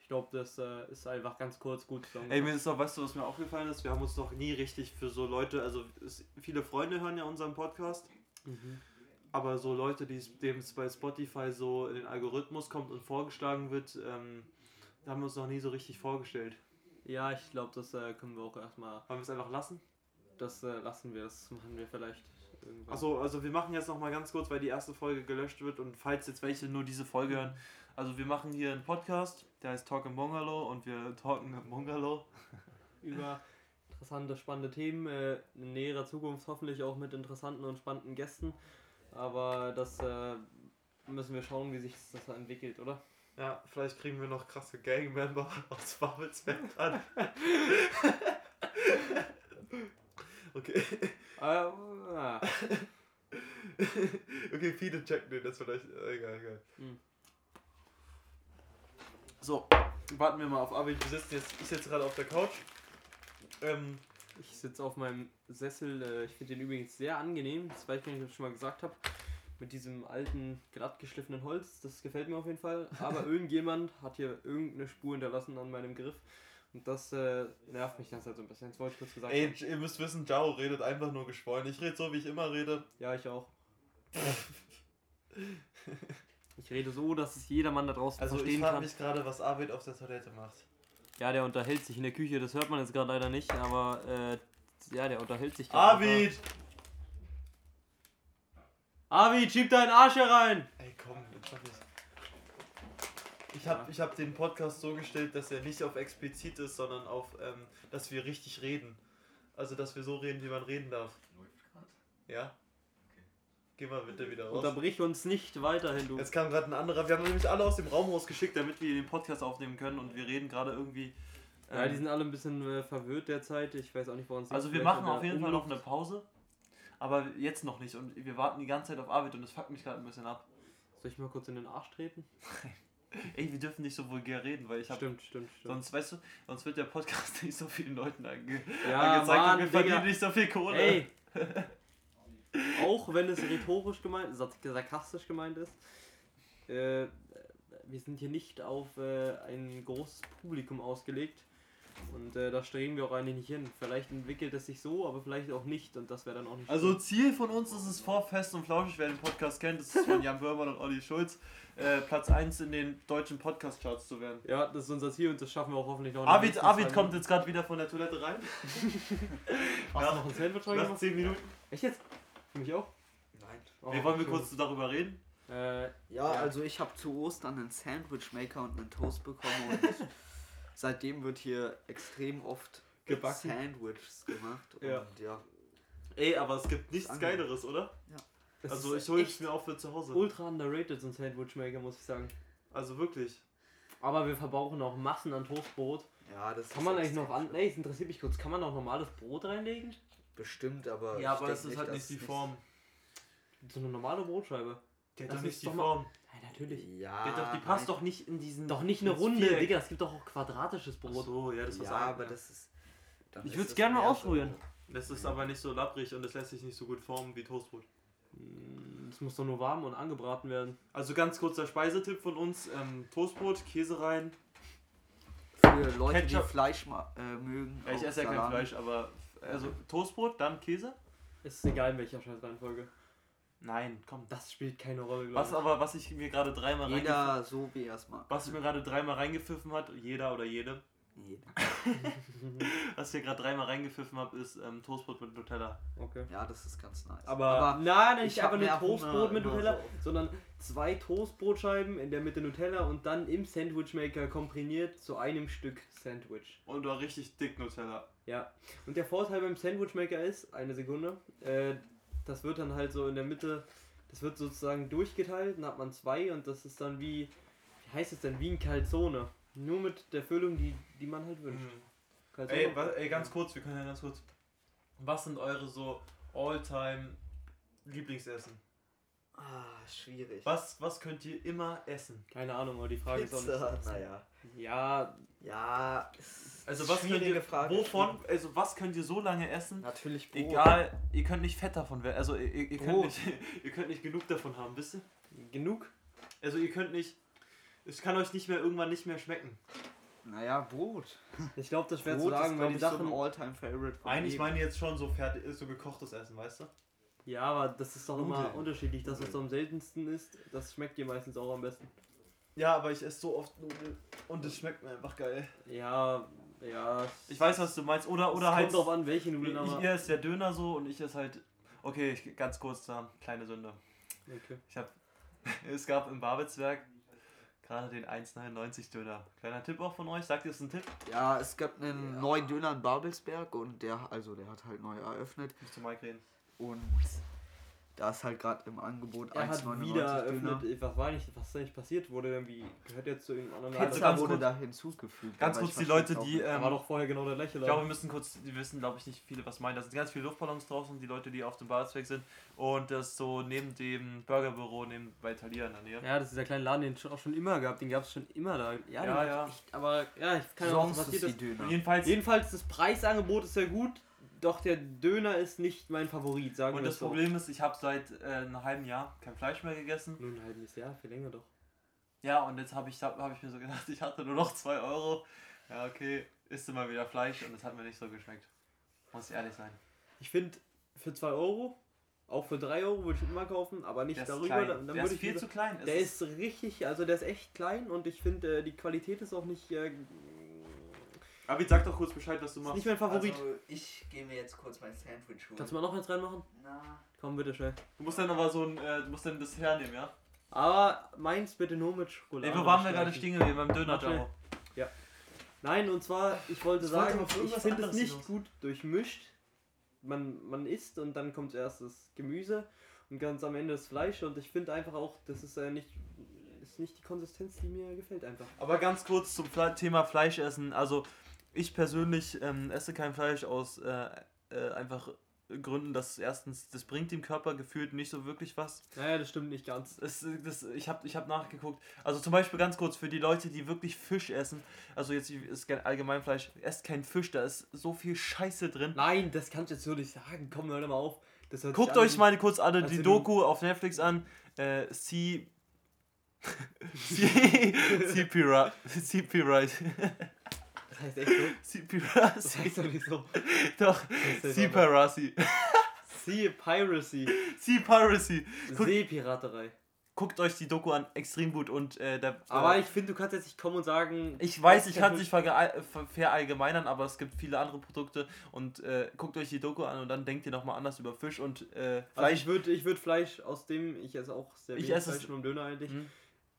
Speaker 3: Ich glaube, das äh, ist einfach ganz kurz gut zusammengefasst.
Speaker 1: Ey, mir ist doch, weißt du, was mir aufgefallen ist? Wir haben uns noch nie richtig für so Leute, also es, viele Freunde hören ja unseren Podcast,
Speaker 3: Mhm.
Speaker 1: aber so Leute, die es- dem es bei Spotify so in den Algorithmus kommt und vorgeschlagen wird, ähm, da haben wir uns noch nie so richtig vorgestellt.
Speaker 3: Ja, ich glaube, das äh, können wir auch erstmal
Speaker 1: Wollen wir es einfach lassen?
Speaker 3: Das äh, lassen wir, das machen wir vielleicht irgendwann.
Speaker 1: Achso, also wir machen jetzt nochmal ganz kurz, weil die erste Folge gelöscht wird und falls jetzt welche nur diese Folge hören. Also wir machen hier einen Podcast, der heißt Talk im Bungalow und wir talken im Bungalow.
Speaker 3: Über interessante, spannende Themen, äh, in näherer Zukunft hoffentlich auch mit interessanten und spannenden Gästen. Aber das äh, müssen wir schauen, wie sich das entwickelt, oder?
Speaker 1: Ja, vielleicht kriegen wir noch krasse Gangmember [LAUGHS] aus Babelsberg [LAUGHS] an. okay.
Speaker 3: Äh, ja.
Speaker 1: [LAUGHS] okay, viele checken den, das vielleicht. äh, Egal, egal.
Speaker 3: Hm.
Speaker 1: So, warten wir mal auf Abi. Wir sitzen jetzt, ich sitze gerade auf der Couch. Ähm,
Speaker 3: Ich sitze auf meinem Sessel, äh, ich finde den übrigens sehr angenehm, das weiß ich nicht, ob ich schon mal gesagt habe. Mit diesem alten, glatt geschliffenen Holz, das gefällt mir auf jeden Fall. Aber irgendjemand hat hier irgendeine Spur hinterlassen an meinem Griff. Und das äh, nervt mich die ganze Zeit so ein bisschen. Jetzt wollte ich kurz gesagt
Speaker 1: ey,
Speaker 3: haben.
Speaker 1: ihr müsst wissen, Jao redet einfach nur geschwollen. Ich rede so, wie ich immer rede.
Speaker 3: Ja, ich auch. [LAUGHS] ich rede so, dass es jedermann da draußen
Speaker 1: Also, ich
Speaker 3: verstehen
Speaker 1: frage
Speaker 3: kann.
Speaker 1: mich gerade, was Arvid auf der Toilette macht.
Speaker 3: Ja, der unterhält sich in der Küche, das hört man jetzt gerade leider nicht, aber äh, ja, der unterhält sich gerade.
Speaker 1: Arvid!
Speaker 3: Arvid, schieb deinen Arsch hier rein!
Speaker 1: Ey, komm, jetzt schaff ich's. Ich habe ich hab den Podcast so gestellt, dass er nicht auf explizit ist, sondern auf, ähm, dass wir richtig reden. Also, dass wir so reden, wie man reden darf. Ja? Geh mal bitte wieder raus.
Speaker 3: Unterbrich uns nicht weiterhin, du.
Speaker 1: Jetzt kam gerade ein anderer. Wir haben nämlich alle aus dem Raum rausgeschickt, damit wir den Podcast aufnehmen können und wir reden gerade irgendwie. ähm,
Speaker 3: Ja, die sind alle ein bisschen äh, verwirrt derzeit. Ich weiß auch nicht, woran es
Speaker 1: also,
Speaker 3: liegt.
Speaker 1: wir
Speaker 3: Vielleicht
Speaker 1: machen
Speaker 3: an der
Speaker 1: auf jeden Fall noch
Speaker 3: Umluft.
Speaker 1: eine Pause. Aber jetzt noch nicht und wir warten die ganze Zeit auf Arvid und das fuckt mich gerade ein bisschen ab.
Speaker 3: Soll ich mal kurz in den Arsch treten?
Speaker 1: Ey, wir dürfen nicht so vulgär reden, weil ich habe
Speaker 3: stimmt, stimmt, stimmt.
Speaker 1: Sonst, weißt du, sonst wird der Podcast [LAUGHS] nicht so vielen Leuten ange
Speaker 3: ja,
Speaker 1: angezeigt und wir
Speaker 3: Mann,
Speaker 1: verdienen
Speaker 3: Digga.
Speaker 1: nicht so viel Kohle.
Speaker 3: Ey! [LAUGHS] auch wenn es rhetorisch gemeint, sat- sarkastisch gemeint ist, äh, wir sind hier nicht auf äh, ein großes Publikum ausgelegt. Und äh, da streben wir auch eigentlich nicht hin. Vielleicht entwickelt es sich so, aber vielleicht auch nicht. Und das wäre dann auch nicht
Speaker 1: Also
Speaker 3: schlimm.
Speaker 1: Ziel von uns ist es vor Fest und Flauschig, wer den Podcast kennt, das ist [LAUGHS] von Jan Böhmermann und Olli Schulz, äh, Platz 1 in den deutschen Podcast-Charts zu werden.
Speaker 3: Ja, das ist unser Ziel und das schaffen wir auch hoffentlich noch. in den
Speaker 1: Arvid,
Speaker 3: nächsten
Speaker 1: Arvid
Speaker 3: zwei
Speaker 1: kommt
Speaker 3: Monaten.
Speaker 1: jetzt gerade wieder von der Toilette rein,
Speaker 3: Hast du
Speaker 1: nach-
Speaker 3: noch ein Sandwich
Speaker 1: nach
Speaker 3: reingemacht?
Speaker 1: 10 Minuten.
Speaker 3: Echt jetzt? Für mich auch?
Speaker 1: Nein.
Speaker 3: Oh,
Speaker 1: wir wollen wir
Speaker 3: schön.
Speaker 1: kurz darüber reden?
Speaker 3: Äh,
Speaker 2: Ja,
Speaker 3: Ja.
Speaker 2: also ich habe zu Ostern einen Sandwichmaker und einen Toast bekommen
Speaker 1: [LAUGHS]
Speaker 2: und seitdem wird hier extrem oft
Speaker 3: Gebacken.
Speaker 2: Sandwiches gemacht. Und
Speaker 3: Ja.
Speaker 2: ja. ja.
Speaker 1: Ey, aber es gibt nichts
Speaker 2: Angenehm.
Speaker 1: Geileres, oder?
Speaker 3: das
Speaker 1: Also
Speaker 3: ist
Speaker 1: ich hole
Speaker 3: echt
Speaker 1: es mir auch für zu Hause.
Speaker 3: ultra underrated, so ein Sandwichmaker, muss ich sagen.
Speaker 1: Also wirklich.
Speaker 3: Aber wir verbrauchen auch Massen an Toastbrot.
Speaker 2: ja, das
Speaker 3: Kann
Speaker 2: ist
Speaker 3: man eigentlich
Speaker 2: extrem
Speaker 3: noch an.
Speaker 2: schlimm.
Speaker 3: Ey, es interessiert mich kurz. Kann man auch normales Brot reinlegen?
Speaker 2: Bestimmt, aber.
Speaker 1: Ja,
Speaker 2: ich
Speaker 1: aber
Speaker 2: denk
Speaker 1: es ist halt
Speaker 2: dass
Speaker 1: nicht die
Speaker 2: es
Speaker 1: Form.
Speaker 3: So eine normale Brotscheibe.
Speaker 1: Der hat
Speaker 3: Das
Speaker 1: doch
Speaker 3: ist
Speaker 1: nicht die
Speaker 3: doch mal-
Speaker 1: Form. Ah,
Speaker 3: Nein, natürlich.
Speaker 1: Der
Speaker 2: Ja.
Speaker 1: hat doch, die um passt
Speaker 2: nein.
Speaker 1: doch nicht in diesen...
Speaker 3: Doch nicht eine
Speaker 1: ins
Speaker 3: runde,
Speaker 1: Viereck.
Speaker 3: Digga. Es gibt doch auch quadratisches
Speaker 1: Ach
Speaker 3: Brot.
Speaker 1: so, ja, das
Speaker 2: Ja,
Speaker 1: ist was anderes.
Speaker 2: aber das ist. dann
Speaker 3: Ich
Speaker 2: ist
Speaker 3: würd's
Speaker 2: das
Speaker 3: gern mal
Speaker 2: mehr so-
Speaker 3: ausprobieren.
Speaker 1: Das ist aber nicht so labbrig und das lässt sich nicht so gut formen wie Toastbrot.
Speaker 3: Mm, Das muss doch nur warm und angebraten werden.
Speaker 1: Also ganz kurzer Speisetipp von uns: ähm, Toastbrot, Käse rein.
Speaker 2: Für Leute,
Speaker 1: Ketchup.
Speaker 2: die Fleisch ma- äh, mögen.
Speaker 1: Ja, ich
Speaker 2: auch
Speaker 1: esse ja kein
Speaker 2: Salami.
Speaker 1: Fleisch, aber also Toastbrot, dann Käse.
Speaker 3: Ist egal in welcher Scheißreihenfolge.
Speaker 1: Nein, komm.
Speaker 3: Das spielt keine Rolle, glaub
Speaker 1: Was
Speaker 3: ich.
Speaker 1: aber, was ich mir gerade dreimal reingepfiffen-
Speaker 2: Jeder so wie erstmal.
Speaker 1: was ich mir gerade dreimal reingepfiffen hat, jeder oder jede,
Speaker 2: Jeder.
Speaker 1: Was ich hier gerade dreimal reingepfiffen habe, ist ähm, Toastbrot mit Nutella.
Speaker 3: Okay.
Speaker 2: Ja, das ist ganz nice.
Speaker 3: Aber,
Speaker 1: ne,
Speaker 3: nein, nicht
Speaker 2: ich hab
Speaker 3: einfach nur
Speaker 2: mehr Hunger
Speaker 3: Toastbrot mit
Speaker 2: immer
Speaker 3: Nutella,
Speaker 2: so.
Speaker 3: sondern zwei Toastbrotscheiben in der Mitte Nutella und dann im Sandwichmaker komprimiert zu einem Stück Sandwich.
Speaker 1: Und da richtig dick Nutella.
Speaker 3: Ja. Und der Vorteil beim Sandwichmaker ist, eine Sekunde, äh, das wird dann halt so in der Mitte, das wird sozusagen durchgeteilt, dann hat man zwei und das ist dann wie, wie heißt es denn, wie ein Calzone. Nur mit der Füllung, die, die man halt wünscht. Calzone.
Speaker 1: Mhm. Ey, was, ey, ganz kurz, wir können Also ja ganz kurz. Was sind eure so All-Time Lieblingsessen?
Speaker 2: Ah, schwierig.
Speaker 1: Was, was könnt ihr immer essen?
Speaker 3: Keine Ahnung, aber die Frage ist auch
Speaker 2: Pizza, naja.
Speaker 3: nicht. Ja,
Speaker 2: Ja, ist
Speaker 1: Also was könnt
Speaker 2: schwierige
Speaker 1: ihr
Speaker 2: Frage.
Speaker 1: wovon? Also was könnt ihr so lange essen?
Speaker 2: Natürlich Brot.
Speaker 1: Egal, ihr könnt nicht fett davon werden. Also ihr, ihr, ihr könnt
Speaker 3: Brot.
Speaker 1: nicht, [LAUGHS] ihr könnt nicht genug davon haben, wisst ihr?
Speaker 3: genug.
Speaker 1: Also ihr könnt nicht. Es kann euch nicht mehr irgendwann nicht mehr schmecken.
Speaker 2: Naja, Brot.
Speaker 3: Ich glaube, das ist schwer zu
Speaker 2: Brot
Speaker 3: sagen,
Speaker 2: ist,
Speaker 3: weil
Speaker 2: glaub
Speaker 3: die
Speaker 2: ich,
Speaker 3: Sachen.
Speaker 2: so ein Alltime Favorite von
Speaker 1: Eigentlich
Speaker 2: jedem.
Speaker 1: meine ich jetzt schon so fertig, äh, so gekochtes Essen, weißt du?
Speaker 3: ja, aber das ist doch immer
Speaker 2: Nudeln.
Speaker 3: unterschiedlich. Das, was
Speaker 2: Nudeln.
Speaker 3: am seltensten ist, das schmeckt dir meistens auch am besten.
Speaker 1: Ja, aber ich esse so oft Nudeln und es schmeckt mir einfach geil.
Speaker 3: Ja, ja.
Speaker 1: Ich weiß, was du meinst. Oder, oder
Speaker 3: es
Speaker 1: halt.
Speaker 3: Kommt drauf an, welche
Speaker 1: Ich,
Speaker 3: Nudeln, aber.
Speaker 1: ich esse ja Döner so und ich esse halt. Okay, ich, ganz kurz da, kleine Sünde.
Speaker 3: Okay.
Speaker 1: Ich hab. [LAUGHS] Es gab im Babelswerk gerade den 1,99 Döner. Kleiner Tipp auch von euch. Sagt ihr, es ist ein Tipp?
Speaker 2: Ja, es gab einen neuen Döner in Babelsberg und der, also der hat halt neu eröffnet
Speaker 1: Musst du Mike reden.
Speaker 2: und da ist halt gerade im Angebot
Speaker 3: Er hat
Speaker 2: 1,99
Speaker 3: wieder
Speaker 2: Döner.
Speaker 3: eröffnet, was war nicht, was ist eigentlich passiert wurde, irgendwie gehört jetzt zu irgendeinem anderen
Speaker 1: Also
Speaker 2: Pizza
Speaker 1: ganz
Speaker 2: wurde
Speaker 1: kurz-
Speaker 2: da hinzugefügt.
Speaker 1: Ganz
Speaker 2: aber ich
Speaker 1: kurz die
Speaker 2: versteh's
Speaker 1: Leute,
Speaker 2: auch
Speaker 1: die.
Speaker 2: nicht.
Speaker 3: Da war
Speaker 1: Ähm,
Speaker 3: doch vorher genau der gleiche
Speaker 1: ich glaube,
Speaker 3: Laden.
Speaker 1: wir müssen kurz, die wissen, glaube ich, nicht viele, was meinen. Da sind ganz viele Luftballons draußen, die Leute, die auf dem Babelsberg sind. Und das ist so neben dem Burgerbüro, neben bei Thalia in der Nähe.
Speaker 3: Ja, das ist der kleine Laden, den es auch schon immer gab. Den gab es schon immer da.
Speaker 1: Ja,
Speaker 3: Ja, den
Speaker 1: ja.
Speaker 3: Echt, aber ja, ich kann auch
Speaker 2: Sonst
Speaker 3: was
Speaker 2: ist die
Speaker 3: passiert ist.
Speaker 2: Döner.
Speaker 1: Jedenfalls.
Speaker 3: Jedenfalls, das Preisangebot ist ja gut, doch der Döner ist nicht mein Favorit, sagen
Speaker 1: Und
Speaker 3: wir
Speaker 1: das
Speaker 3: es so.
Speaker 1: Problem ist, ich habe seit äh, einem halben Jahr kein Fleisch mehr gegessen.
Speaker 3: Nur ein halbes Jahr, viel länger doch.
Speaker 1: Ja, und jetzt habe ich, hab, hab ich mir so [LAUGHS] gedacht, ich hatte nur noch 2 Euro. Ja, okay, isst du mal wieder Fleisch und es hat mir nicht so geschmeckt. Muss ich ehrlich sein.
Speaker 3: Ich finde, für 2 Euro, auch für 3 Euro würde ich immer kaufen, aber nicht
Speaker 1: Der ist,
Speaker 3: darüber.
Speaker 1: klein.
Speaker 3: Dann, dann
Speaker 1: der
Speaker 3: würde
Speaker 1: ist
Speaker 3: ich
Speaker 1: viel
Speaker 3: lieber-
Speaker 1: zu klein. Es
Speaker 3: der ist richtig, also der ist echt klein und ich finde, äh, die Qualität ist auch nicht, äh,
Speaker 1: Abi, sag doch kurz Bescheid, was du
Speaker 3: ist
Speaker 1: machst.
Speaker 3: nicht mein Favorit.
Speaker 2: Also, ich gehe mir jetzt kurz mein Sandwich holen.
Speaker 3: Kannst du mal noch eins reinmachen?
Speaker 2: Na,
Speaker 3: Komm bitte schnell.
Speaker 1: Du musst dann aber so ein, äh, du musst dann das hernehmen, ja?
Speaker 3: Aber meins bitte nur mit Schokolade.
Speaker 1: Ey, wo waren wir
Speaker 3: bestreichen.
Speaker 1: gerade stehen geblieben? Beim Döner,
Speaker 3: Warte.
Speaker 1: Jaro.
Speaker 3: Nein, und zwar, ich wollte
Speaker 1: Ich wollte
Speaker 3: sagen,
Speaker 1: auf irgendwas
Speaker 3: ich finde es
Speaker 1: anderes
Speaker 3: nicht
Speaker 1: hinaus.
Speaker 3: gut durchmischt. Man, man isst und dann kommt erst das Gemüse und ganz am Ende das Fleisch und ich finde einfach auch, das ist ja nicht, ist nicht die Konsistenz, die mir gefällt einfach.
Speaker 1: Aber ganz kurz zum Fle Thema Fleischessen. Also ich persönlich ähm, esse kein Fleisch aus äh, äh, einfach Gründen, dass erstens, das bringt dem Körper gefühlt nicht so wirklich was.
Speaker 3: Naja, das stimmt nicht ganz.
Speaker 1: Es, äh, das, ich habe ich hab nachgeguckt. Also zum Beispiel ganz kurz für die Leute, die wirklich Fisch essen. Also jetzt ist kein Allgemeinfleisch. Esst kein Fisch, da ist so viel Scheiße drin.
Speaker 3: Nein, das kannst du jetzt so nicht sagen. Komm, hör doch mal auf. Das hört sich
Speaker 1: Guckt
Speaker 3: an
Speaker 1: euch
Speaker 3: wie-
Speaker 1: mal kurz alle
Speaker 3: Also
Speaker 1: die
Speaker 3: du-
Speaker 1: Doku auf Netflix an. Äh, [LAUGHS] Sea... Sea... Sea Pirate. Sea Pirate.
Speaker 3: Das heißt echt so.
Speaker 1: Sea Pirate.
Speaker 3: Das [LAUGHS] heißt doch nicht so.
Speaker 1: Doch.
Speaker 3: Das heißt
Speaker 1: Sea
Speaker 3: aber-
Speaker 1: Piracy.
Speaker 3: Sea Piracy.
Speaker 1: Sea Piracy. Guck-
Speaker 3: Seepiraterei.
Speaker 1: Guckt euch die Doku an, extrem gut und äh, da,
Speaker 3: Aber
Speaker 1: äh,
Speaker 3: ich finde, du kannst jetzt nicht kommen und sagen.
Speaker 1: ich weiß,
Speaker 3: das
Speaker 1: ich kann
Speaker 3: kann ich-
Speaker 1: es nicht verge- äh, ver- verallgemeinern, aber es gibt viele andere Produkte und äh, guckt euch die Doku an und dann denkt ihr nochmal anders über Fisch und äh,
Speaker 3: Also
Speaker 1: Fleisch.
Speaker 3: ich würde ich würd Fleisch aus dem, ich esse auch sehr
Speaker 1: Ich
Speaker 3: wenig
Speaker 1: esse es-
Speaker 3: Fleisch und Döner eigentlich.
Speaker 1: Mhm.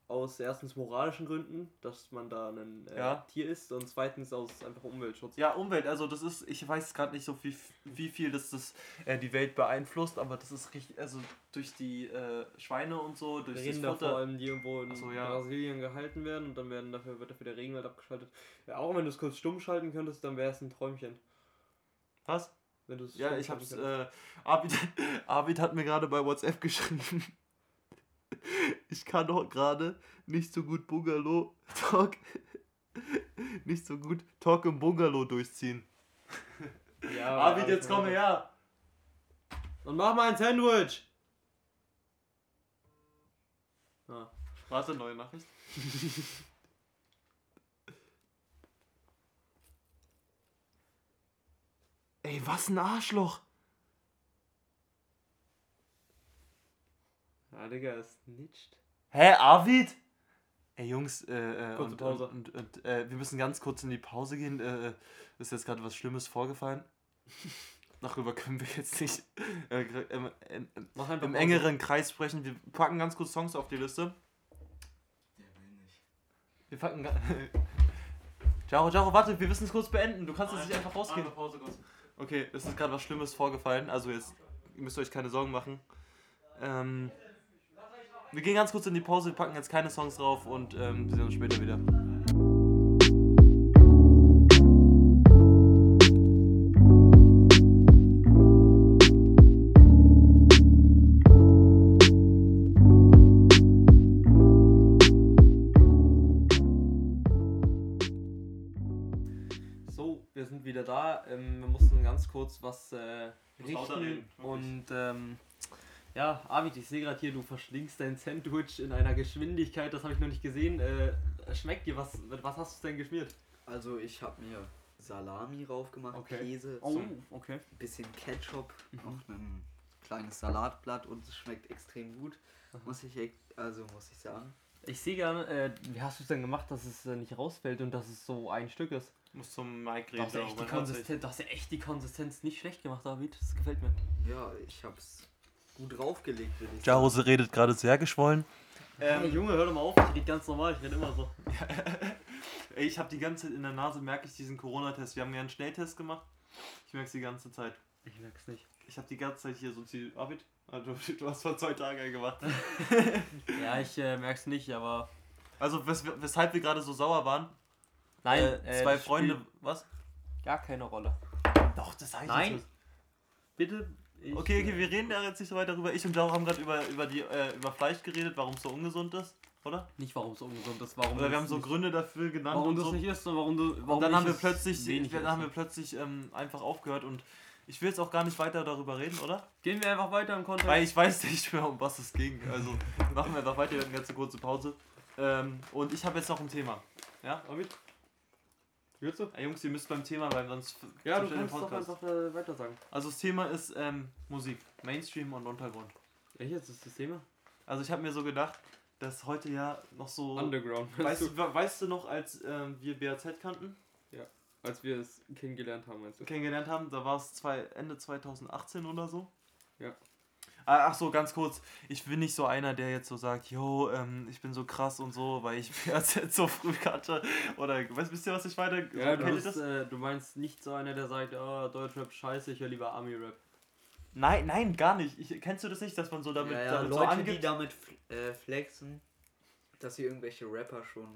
Speaker 3: Aus erstens moralischen Gründen, dass man da ein äh,
Speaker 1: Ja.
Speaker 3: Tier isst und zweitens aus einfach Umweltschutz.
Speaker 1: ja, Umwelt, also das ist, ich weiß gerade nicht so viel, wie viel das, das äh, die Welt beeinflusst, aber das ist richtig, also durch die äh, Schweine und so,
Speaker 3: Wir
Speaker 1: durch das
Speaker 3: reden da vor
Speaker 1: Futter.
Speaker 3: allem, die irgendwo in
Speaker 1: Ach so, ja.
Speaker 3: Brasilien gehalten werden und dann werden dafür, wird dafür der Regenwald abgeschaltet. Ja, auch wenn du es kurz stumm schalten könntest, dann wäre es ein Träumchen.
Speaker 1: Was?
Speaker 3: Wenn du's
Speaker 1: Ja,
Speaker 3: stumm
Speaker 1: ich
Speaker 3: schalten
Speaker 1: hab's.
Speaker 3: könntest.
Speaker 1: Äh, Abid, [LAUGHS] Abid hat mir gerade bei WhatsApp geschrieben. [LAUGHS] Ich kann doch gerade nicht so gut Bungalow Talk. [LAUGHS] Nicht so gut Talk im Bungalow durchziehen.
Speaker 3: Ja, aber
Speaker 1: Abid,
Speaker 3: alles
Speaker 1: äh, jetzt
Speaker 3: in
Speaker 1: komm
Speaker 3: Ordnung.
Speaker 1: her!
Speaker 3: Und mach mal ein Sandwich! Ah.
Speaker 1: Warte, neue Nachricht. [LAUGHS] Ey, was ein Arschloch!
Speaker 3: Ja, Digga, ist nicht.
Speaker 1: Hä, Arvid? Ey Jungs, äh, äh,
Speaker 3: Kurze
Speaker 1: und,
Speaker 3: Pause.
Speaker 1: und, und, und äh, wir müssen ganz kurz in die Pause gehen. Äh, ist jetzt gerade was Schlimmes vorgefallen. [LAUGHS] Darüber können wir jetzt nicht äh, gr- im, in,
Speaker 3: Mach einfach
Speaker 1: im
Speaker 3: Pause.
Speaker 1: engeren Kreis sprechen. Wir packen ganz kurz Songs auf die Liste.
Speaker 4: Der will nicht.
Speaker 1: Wir packen. ga- [LAUGHS] Jaro, Jaro, warte, wir müssen es kurz beenden. Du kannst jetzt nicht einfach rausgehen.
Speaker 4: Einmal Pause, kurz.
Speaker 1: Okay, es ist gerade was Schlimmes vorgefallen. Also jetzt ihr müsst ihr euch keine Sorgen machen. Ähm, wir gehen ganz kurz in die Pause, wir packen jetzt keine Songs drauf und ähm, wir sehen uns später wieder.
Speaker 3: So, wir sind wieder da. Ähm, wir mussten ganz kurz was äh,
Speaker 1: Muss lauter
Speaker 3: richten.
Speaker 1: reden, wirklich.
Speaker 3: Und ähm, ja, Arvid, ich sehe gerade hier, du verschlingst dein Sandwich in einer Geschwindigkeit, das habe ich noch nicht gesehen. Äh, schmeckt dir was? Mit was hast du denn geschmiert?
Speaker 2: Also ich habe mir Salami raufgemacht,
Speaker 3: Okay.
Speaker 2: Käse,
Speaker 3: Oh,
Speaker 2: so
Speaker 3: okay.
Speaker 2: ein bisschen Ketchup, noch ein kleines Salatblatt und es schmeckt extrem gut. Muss ich echt, also muss ich sagen.
Speaker 3: Ich sehe gerne, äh, wie hast du es denn gemacht, dass es äh, nicht rausfällt und dass es so ein Stück ist?
Speaker 1: muss zum Mike
Speaker 3: Du
Speaker 1: reden.
Speaker 3: hast, ja echt die Konsistenz, du hast ja echt die Konsistenz nicht schlecht gemacht, David. Das gefällt mir.
Speaker 2: Ja, ich hab's gut draufgelegt, würde ich
Speaker 1: Jaro redet gerade sehr geschwollen.
Speaker 3: Hey,
Speaker 1: Ähm,
Speaker 3: Junge, hör doch mal auf, ich rede ganz normal, ich rede immer so.
Speaker 1: ey, ich habe die ganze Zeit in der Nase, merke ich diesen Corona-Test. Wir haben ja einen Schnelltest gemacht. Ich merke es die ganze Zeit.
Speaker 3: Ich merk's nicht.
Speaker 1: Ich habe die ganze Zeit hier so viel Arbeit. Also, du [LAUGHS] hast vor zwei Tagen gemacht.
Speaker 3: Ja, ich äh, merk's nicht, aber.
Speaker 1: Also, wes weshalb wir gerade so sauer waren. äh, zwei
Speaker 3: das
Speaker 1: Freunde.
Speaker 3: spielt
Speaker 1: Was?
Speaker 3: Gar keine Rolle.
Speaker 1: Doch, das sag ich
Speaker 3: Nein.
Speaker 1: jetzt nicht.
Speaker 3: Bitte. Ich,
Speaker 1: Okay, okay, wir reden da jetzt nicht so weit darüber. Ich und Jaro haben gerade über, über, die, äh, über Fleisch geredet, warum es so ungesund ist, oder?
Speaker 3: Nicht, warum es ungesund ist, warum
Speaker 1: Oder
Speaker 3: das
Speaker 1: wir haben so
Speaker 3: nicht,
Speaker 1: Gründe dafür genannt
Speaker 3: warum
Speaker 1: und
Speaker 3: das
Speaker 1: so.
Speaker 3: nicht ist und warum du. Warum
Speaker 1: dann
Speaker 3: ich
Speaker 1: haben wir
Speaker 3: es
Speaker 1: plötzlich,
Speaker 3: wenig
Speaker 1: dann
Speaker 3: esse.
Speaker 1: haben wir plötzlich ähm, einfach aufgehört und ich will jetzt auch gar nicht weiter darüber reden, oder?
Speaker 3: Gehen wir einfach weiter im Kontext.
Speaker 1: Weil ich weiß [LAUGHS] nicht mehr, um was es ging. Also machen wir einfach weiter, wir hatten eine ganze kurze Pause. Ähm, und ich habe jetzt noch ein Thema.
Speaker 3: David? Hörst du?
Speaker 1: Ey, Jungs, ihr müsst beim Thema bleiben, sonst f-
Speaker 3: Ja, du
Speaker 1: zerstört den
Speaker 3: kannst doch einfach äh, weiter sagen.
Speaker 1: Also das Thema ist ähm, Musik, Mainstream und Untergrund.
Speaker 3: Welches ist das Thema?
Speaker 1: Also ich habe mir so gedacht, dass heute ja noch so...
Speaker 3: Underground.
Speaker 1: Weißt du, we- weißt du noch, als ähm, wir BAZ kannten,
Speaker 3: als wir es kennengelernt haben, meinst
Speaker 1: kennengelernt haben, da war es zwei, Ende 2018 oder so?
Speaker 3: Ja.
Speaker 1: Ah, Ach so, ganz kurz. Ich bin nicht so einer, der jetzt so sagt, yo, ähm, ich bin so krass und so, weil ich [LAUGHS] BAZ so früh kannte. Oder, weißt, wisst ihr, was ich meine?
Speaker 3: Ja,
Speaker 1: so,
Speaker 3: du,
Speaker 1: kennt ihr
Speaker 3: bist, äh, du meinst nicht so einer, der sagt, oh, Deutschrap scheiße, ich höre lieber Ami-Rap.
Speaker 1: Nein, nein, gar nicht. Ich, kennst du das nicht, dass man so damit,
Speaker 2: ja, ja,
Speaker 1: damit
Speaker 2: Leute,
Speaker 1: so
Speaker 2: die
Speaker 1: angeht?
Speaker 2: damit fl- äh, flexen, dass sie irgendwelche Rapper schon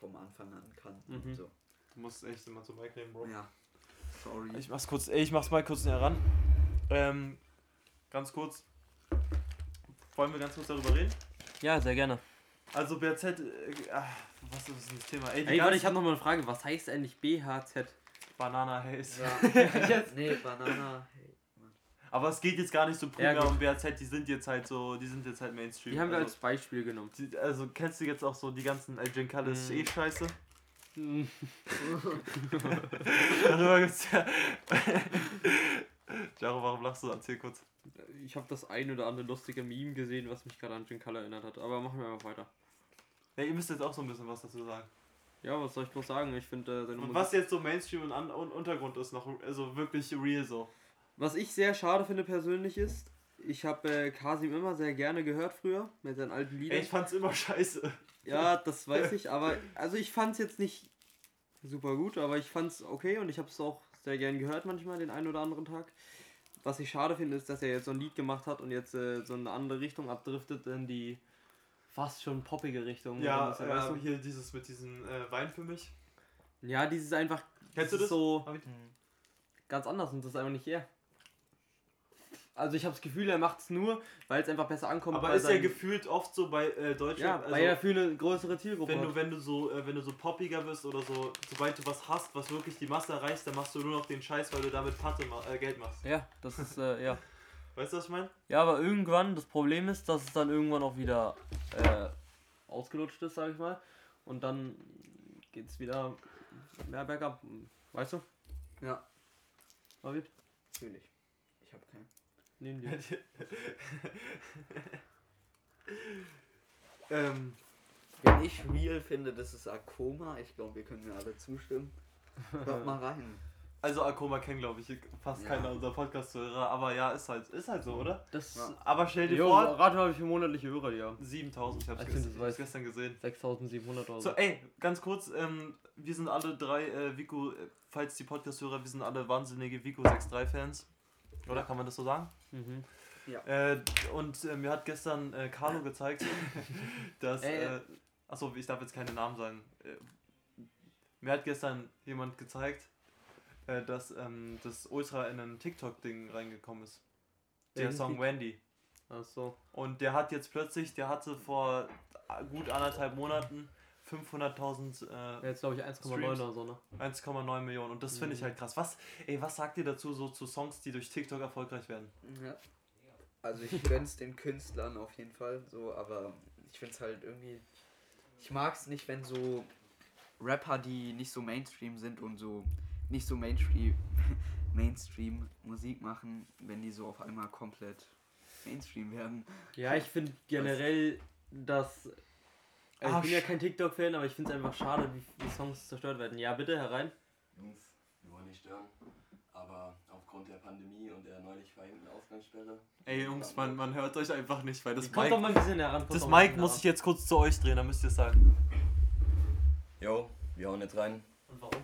Speaker 2: vom Anfang an kannten.
Speaker 3: Mhm.
Speaker 2: und So.
Speaker 1: Du musst echt immer zum Mike nehmen, Bro.
Speaker 2: Ja. Sorry.
Speaker 1: Ich mach's kurz, ey, ich mach's mal kurz näher ran. Ähm, ganz kurz. Wollen wir ganz kurz darüber reden?
Speaker 3: Ja, sehr gerne.
Speaker 1: Also BZ, äh, ah, was ist denn das Thema? Ey, die
Speaker 3: Ey, warte, ich
Speaker 1: ganzen-
Speaker 3: habe nochmal eine Frage. Was heißt eigentlich BHZ?
Speaker 1: Banana Haze. [LAUGHS]
Speaker 2: ja. nee, Banana. [LAUGHS]
Speaker 1: Aber es geht jetzt gar nicht so primär
Speaker 3: Ja, gut.
Speaker 1: um BZ, die sind jetzt halt so, die sind jetzt halt Mainstream.
Speaker 3: Die haben wir als
Speaker 1: also,
Speaker 3: Beispiel genommen.
Speaker 1: die, also kennst du jetzt auch so die ganzen äh, Giancarlo ist
Speaker 3: Mhm.
Speaker 1: eh
Speaker 3: [LAUGHS]
Speaker 1: scheiße? Hm. Darüber gibt's ja. [LAUGHS] Jaro, warum lachst du? Erzähl kurz.
Speaker 3: Ich habe das ein oder andere lustige Meme gesehen, was mich gerade an Jim Color erinnert hat. Aber machen wir einfach weiter.
Speaker 1: Ja, ihr müsst jetzt auch so ein bisschen was dazu sagen.
Speaker 3: Ja, was soll ich bloß sagen? Ich finde äh, seine
Speaker 1: Und
Speaker 3: Musik.
Speaker 1: was jetzt so Mainstream und, An und Untergrund ist, noch also wirklich real so.
Speaker 3: Was ich sehr schade finde persönlich ist, ich habe äh, Kasim immer sehr gerne gehört früher mit seinen alten Liedern.
Speaker 1: Ey, ich fand's immer scheiße.
Speaker 3: Ja, das weiß ich, aber also ich fand's jetzt nicht super gut, aber ich fand's okay und ich habe es auch sehr gern gehört manchmal den einen oder anderen Tag. Was ich schade finde, ist, dass er jetzt so ein Lied gemacht hat und jetzt äh, so eine andere Richtung abdriftet in die fast schon poppige Richtung.
Speaker 1: Ja,
Speaker 3: So ein bisschen, weißt
Speaker 1: ja
Speaker 3: du?
Speaker 1: hier dieses mit diesem äh, Wein für mich.
Speaker 3: ja, dieses einfach
Speaker 1: Kennst du
Speaker 3: ist
Speaker 1: das?
Speaker 3: so
Speaker 1: Hab ich-
Speaker 3: ganz anders und das ist einfach nicht er. Also ich habe das Gefühl, er macht's nur, weil es einfach besser ankommt.
Speaker 1: Aber
Speaker 3: bei
Speaker 1: ist ja
Speaker 3: seinen-
Speaker 1: gefühlt oft so bei äh,
Speaker 3: ja,
Speaker 1: Deutschland.
Speaker 3: weil er
Speaker 1: also,
Speaker 3: für eine größere Zielgruppe
Speaker 1: wenn
Speaker 3: hat.
Speaker 1: du, wenn du so, äh, wenn du so poppiger bist oder so, sobald du was hast, was wirklich die Masse erreicht, dann machst du nur noch den Scheiß, weil du damit Patte ma äh, Geld machst.
Speaker 5: Ja, das ist, äh, ja.
Speaker 1: Weißt du, was ich meine? [LAUGHS]
Speaker 5: Ja, aber irgendwann, das Problem ist, dass es dann irgendwann auch wieder, äh,
Speaker 3: ausgelutscht ist, sag ich mal. Und dann geht's wieder mehr bergab. Weißt du,
Speaker 2: Ja,
Speaker 3: David?
Speaker 2: natürlich. Ich habe keinen.
Speaker 1: [LAUGHS]
Speaker 3: Neben dir.
Speaker 1: ähm,
Speaker 2: Ja, den ich real finde, das ist Akoma. Ich glaube, wir können mir alle zustimmen. Hört mal rein.
Speaker 1: Also Akoma kennt, glaube ich, fast
Speaker 2: Ja.
Speaker 1: keiner unserer Podcast-Hörer, aber ja, ist halt, ist halt so, oder?
Speaker 5: Das
Speaker 2: Ja.
Speaker 1: Aber stell dir
Speaker 3: Jo,
Speaker 1: vor,
Speaker 3: Rate habe ich für monatliche Hörer, ja.
Speaker 1: 7000, ich hab's
Speaker 5: Ich find,
Speaker 1: gest
Speaker 5: das weiß-
Speaker 1: gestern gesehen.
Speaker 5: 6700 Euro.
Speaker 1: So, ey, ganz kurz, ähm, wir sind alle drei, äh, Vico, äh, falls die Podcast-Hörer, wir sind alle wahnsinnige Vico 63-Fans. Oder kann man das so sagen?
Speaker 5: Mhm.
Speaker 1: Äh, und äh, mir hat gestern äh, Carlo
Speaker 5: [LAUGHS]
Speaker 1: gezeigt, dass.
Speaker 5: Ey.
Speaker 1: Äh, achso, ich darf jetzt keine Namen sagen. Äh, mir hat gestern jemand gezeigt, äh, dass ähm, das Ultra in ein TikTok-Ding reingekommen ist. Der
Speaker 3: Welchen
Speaker 1: Song
Speaker 3: Tik-
Speaker 1: Wendy.
Speaker 3: Achso.
Speaker 1: Und der hat jetzt plötzlich, der hatte vor gut anderthalb Monaten 500.000, äh,
Speaker 3: Jetzt glaube ich 1,9 oder so, ne?
Speaker 1: 1,9 Millionen. Und das finde ich
Speaker 3: Mhm.
Speaker 1: halt krass. Was, ey, was sagt ihr dazu so zu Songs, die durch TikTok erfolgreich werden?
Speaker 2: Ja. Also ich gönn's den Künstlern auf jeden Fall so, aber ich find's halt irgendwie. Ich mag's nicht, wenn so Rapper, die nicht so Mainstream sind und so nicht so Mainstream [LAUGHS] Mainstream Musik machen, wenn die so auf einmal komplett Mainstream werden.
Speaker 3: Ja, ich finde generell, dass. Also
Speaker 1: Ah,
Speaker 3: ich bin ja
Speaker 1: sch-
Speaker 3: kein TikTok-Fan, aber ich finde es einfach schade, wie viele Songs zerstört werden. Ja, bitte herein.
Speaker 4: Jungs, wir wollen nicht stören. Aber aufgrund der Pandemie und der neulich verhängten Ausgangssperre.
Speaker 1: Ey, Jungs, man, man hört euch einfach nicht, weil das
Speaker 3: Kommt doch
Speaker 1: Mic-
Speaker 3: mal ein bisschen heran. kommt
Speaker 1: Das
Speaker 3: doch mal ein
Speaker 1: Mic
Speaker 3: bisschen
Speaker 1: muss
Speaker 3: heran.
Speaker 1: ich jetzt kurz zu euch drehen, dann müsst ihr es sagen.
Speaker 4: Jo, wir hauen jetzt rein.
Speaker 3: Und warum?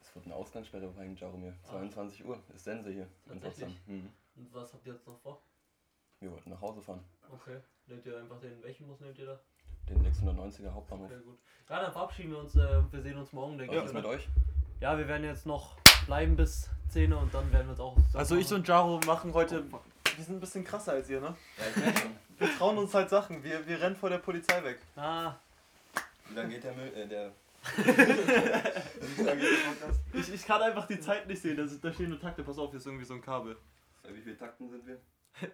Speaker 4: Es wird eine Ausgangssperre verhängt, Jaromir. 22 Uhr ist Sense hier in
Speaker 3: Tatsächlich?
Speaker 4: Potsdam. Mhm.
Speaker 3: Und was habt ihr jetzt noch vor?
Speaker 4: Wir wollten nach Hause fahren.
Speaker 3: Okay. Nehmt ihr einfach den, welchen Bus nehmt ihr da?
Speaker 4: Den 690er Hauptbahnhof.
Speaker 3: Okay, gut. Ja, dann verabschieden wir uns. Äh, wir sehen uns morgen, denke
Speaker 4: Was
Speaker 3: ich.
Speaker 4: ist
Speaker 3: oder?
Speaker 4: mit euch?
Speaker 3: Ja, wir werden jetzt noch bleiben bis 10 Uhr und dann werden wir uns auch.
Speaker 1: Also ich und Jaro machen heute. Wir sind ein bisschen krasser als ihr, ne?
Speaker 4: Ja, ich merke schon.
Speaker 1: Wir trauen uns halt Sachen. Wir, wir rennen vor der Polizei weg.
Speaker 3: Ah,
Speaker 4: Wie lange geht der Müll? Äh, [LAUGHS] der. Wie lange geht der Podcast?
Speaker 1: Ich, ich kann einfach die Zeit nicht sehen. Da, sind- da stehen nur Takte. Pass auf, hier ist irgendwie so ein Kabel.
Speaker 4: Bei wie viele Takten sind wir?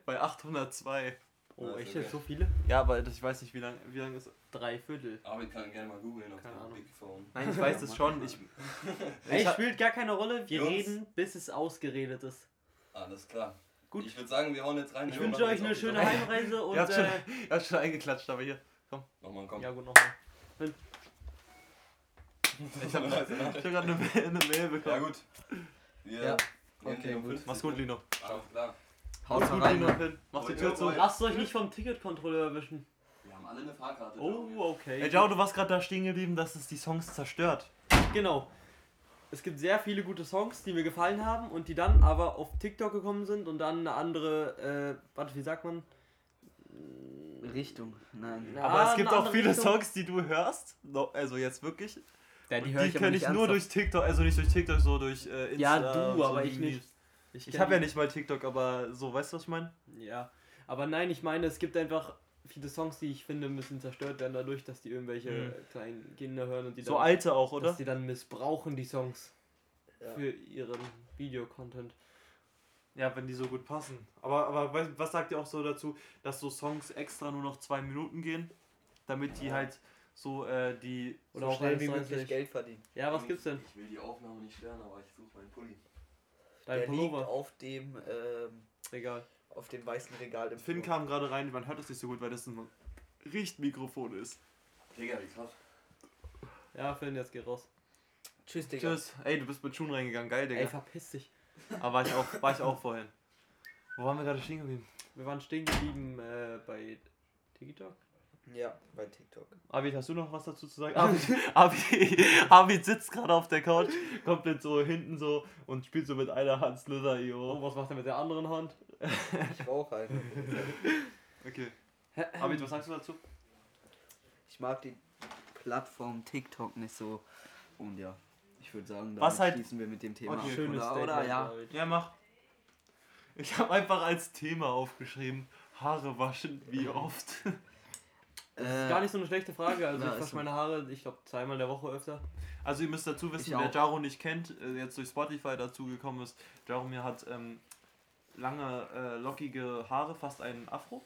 Speaker 1: Bei 802.
Speaker 3: oh,
Speaker 1: Also
Speaker 4: Ja, ist
Speaker 3: echt
Speaker 4: okay.
Speaker 3: jetzt so viele?
Speaker 1: Ja, aber das- ich weiß nicht, wie lange wie lang ist.
Speaker 3: Drei Viertel.
Speaker 4: Arbeit kann gerne mal googeln auf
Speaker 3: Keine
Speaker 4: dem
Speaker 3: Ahnung.
Speaker 4: Big Phone.
Speaker 1: Nein, ich weiß es schon. Ich,
Speaker 3: Ey,
Speaker 1: hab-
Speaker 3: spielt gar keine Rolle. Wir
Speaker 4: Jungs.
Speaker 3: reden, bis es ausgeredet ist.
Speaker 4: Alles klar.
Speaker 3: Gut.
Speaker 4: Ich würde sagen, wir hauen jetzt rein.
Speaker 3: Ich
Speaker 4: Jo,
Speaker 3: wünsche
Speaker 4: machen
Speaker 3: euch
Speaker 4: jetzt
Speaker 3: eine
Speaker 4: auch
Speaker 3: schöne
Speaker 4: die Sache.
Speaker 3: Heimreise und
Speaker 1: ihr habt schon,
Speaker 3: äh,
Speaker 1: ihr habt schon eingeklatscht, aber hier.
Speaker 4: Nochmal komm.
Speaker 3: ja gut nochmal.
Speaker 4: ich hab
Speaker 1: Ich hab ne? gerade eine, eine Mail
Speaker 4: Ja
Speaker 1: bekommen.
Speaker 4: gut. Wir
Speaker 2: Ja.
Speaker 4: wir
Speaker 2: Okay,
Speaker 4: sehen uns
Speaker 2: gut.
Speaker 4: um 15
Speaker 1: Mach's gut,
Speaker 4: Uhr.
Speaker 1: Lino.
Speaker 4: Alles klar.
Speaker 2: Haut
Speaker 1: Mach's gut,
Speaker 2: rein.
Speaker 1: Lino. Finn. Mach die Tür zu.
Speaker 4: Ja.
Speaker 3: Lasst euch nicht vom Ticketcontroller erwischen.
Speaker 4: Wir haben alle eine Fahrkarte. Darum
Speaker 3: Oh, okay.
Speaker 1: Ey, Jaro, du warst gerade da stehen geblieben, dass es die Songs zerstört.
Speaker 3: Genau. Es gibt sehr viele gute Songs, die mir gefallen haben und die dann aber auf TikTok gekommen sind und dann eine andere, äh, warte, wie sagt man?
Speaker 2: Richtung. Nein.
Speaker 3: Ja.
Speaker 1: Aber
Speaker 3: Ah,
Speaker 1: es gibt
Speaker 3: eine
Speaker 1: auch
Speaker 3: andere
Speaker 1: viele
Speaker 3: Richtung.
Speaker 1: Songs, die du hörst. No, also jetzt wirklich.
Speaker 2: Ja,
Speaker 1: Und die kenne ich nur durch TikTok, also nicht durch TikTok, so durch äh,
Speaker 3: Ja,
Speaker 1: Insta.
Speaker 3: du,
Speaker 1: und so
Speaker 3: aber
Speaker 1: die
Speaker 3: ich nicht.
Speaker 1: Memes. Ich habe
Speaker 3: kenn-
Speaker 1: ja nicht mal TikTok, aber so, weißt du, was ich meine?
Speaker 3: Ja. Aber nein, ich meine, es gibt einfach viele Songs, die ich finde, müssen zerstört werden dadurch, dass die irgendwelche
Speaker 1: Mhm.
Speaker 3: äh, kleinen Kinder hören und die
Speaker 1: So
Speaker 3: dann,
Speaker 1: alte auch,
Speaker 3: dass
Speaker 1: oder?
Speaker 3: die dann missbrauchen die Songs
Speaker 2: Ja.
Speaker 3: für ihren Videocontent.
Speaker 1: Ja, wenn die so gut passen. Aber, aber weißt- was sagt ihr auch so dazu, dass so Songs extra nur noch zwei Minuten gehen, damit die halt so äh, die
Speaker 3: Oder
Speaker 2: So
Speaker 3: auch
Speaker 2: schnell wie
Speaker 3: 21.
Speaker 2: möglich Geld verdienen.
Speaker 3: Ja,
Speaker 4: Hm.
Speaker 3: was gibt's denn?
Speaker 4: Ich will die Aufnahme nicht stören, aber ich suche meinen Pulli.
Speaker 3: Dein
Speaker 2: Der liegt
Speaker 3: Pullover.
Speaker 2: auf dem ähm,
Speaker 3: Egal.
Speaker 2: auf dem weißen Regal im
Speaker 1: Finn
Speaker 2: Flur.
Speaker 1: kam gerade rein, man hört das nicht so gut, weil das ein Richtmikrofon ist.
Speaker 4: Digga, wie krass.
Speaker 3: Ja, Finn, jetzt geh raus.
Speaker 2: Tschüss, Digga.
Speaker 1: Tschüss. Ey, du bist mit Schuhen reingegangen, geil,
Speaker 3: Ey,
Speaker 1: Digga.
Speaker 3: verpiss dich.
Speaker 1: Aber war ich auch, war ich auch vorhin. Wo waren wir gerade stehen geblieben?
Speaker 3: Wir waren stehen geblieben äh, bei TikTok.
Speaker 2: Ja, bei TikTok.
Speaker 1: Arvid, hast du noch was dazu zu sagen? [LAUGHS] Arvid,
Speaker 3: [LAUGHS]
Speaker 1: Arvid, Arvid sitzt gerade auf der Couch, komplett so hinten so und spielt so mit einer Hand Slither,
Speaker 3: Oh,
Speaker 1: yo.
Speaker 3: was macht er mit der
Speaker 1: [LAUGHS]
Speaker 3: anderen Hand?
Speaker 2: Ich rauche einfach.
Speaker 1: Okay. Arvid, was sagst du dazu?
Speaker 2: Ich mag die Plattform TikTok nicht so. Und ja, ich würde sagen,
Speaker 1: Was
Speaker 2: damit
Speaker 1: halt-
Speaker 2: schließen wir mit dem Thema.
Speaker 1: Okay.
Speaker 2: ab,
Speaker 1: Schönes
Speaker 2: oder, oder ja.
Speaker 3: David.
Speaker 1: Ja, mach. Ich habe einfach als Thema aufgeschrieben, Haare waschen, wie oft? [LAUGHS]
Speaker 2: Äh,
Speaker 3: Das ist gar nicht so eine schlechte Frage. Also,
Speaker 2: Ja,
Speaker 3: ich
Speaker 2: ist
Speaker 3: wasche
Speaker 2: so.
Speaker 3: meine Haare, ich glaube, zweimal in der Woche öfter.
Speaker 1: Also ihr müsst dazu wissen,
Speaker 2: Ich
Speaker 1: wer
Speaker 2: auch.
Speaker 1: Jaro nicht kennt, äh, jetzt durch Spotify dazu gekommen ist, Jaro mir hat ähm, lange, äh, lockige Haare, fast einen Afro.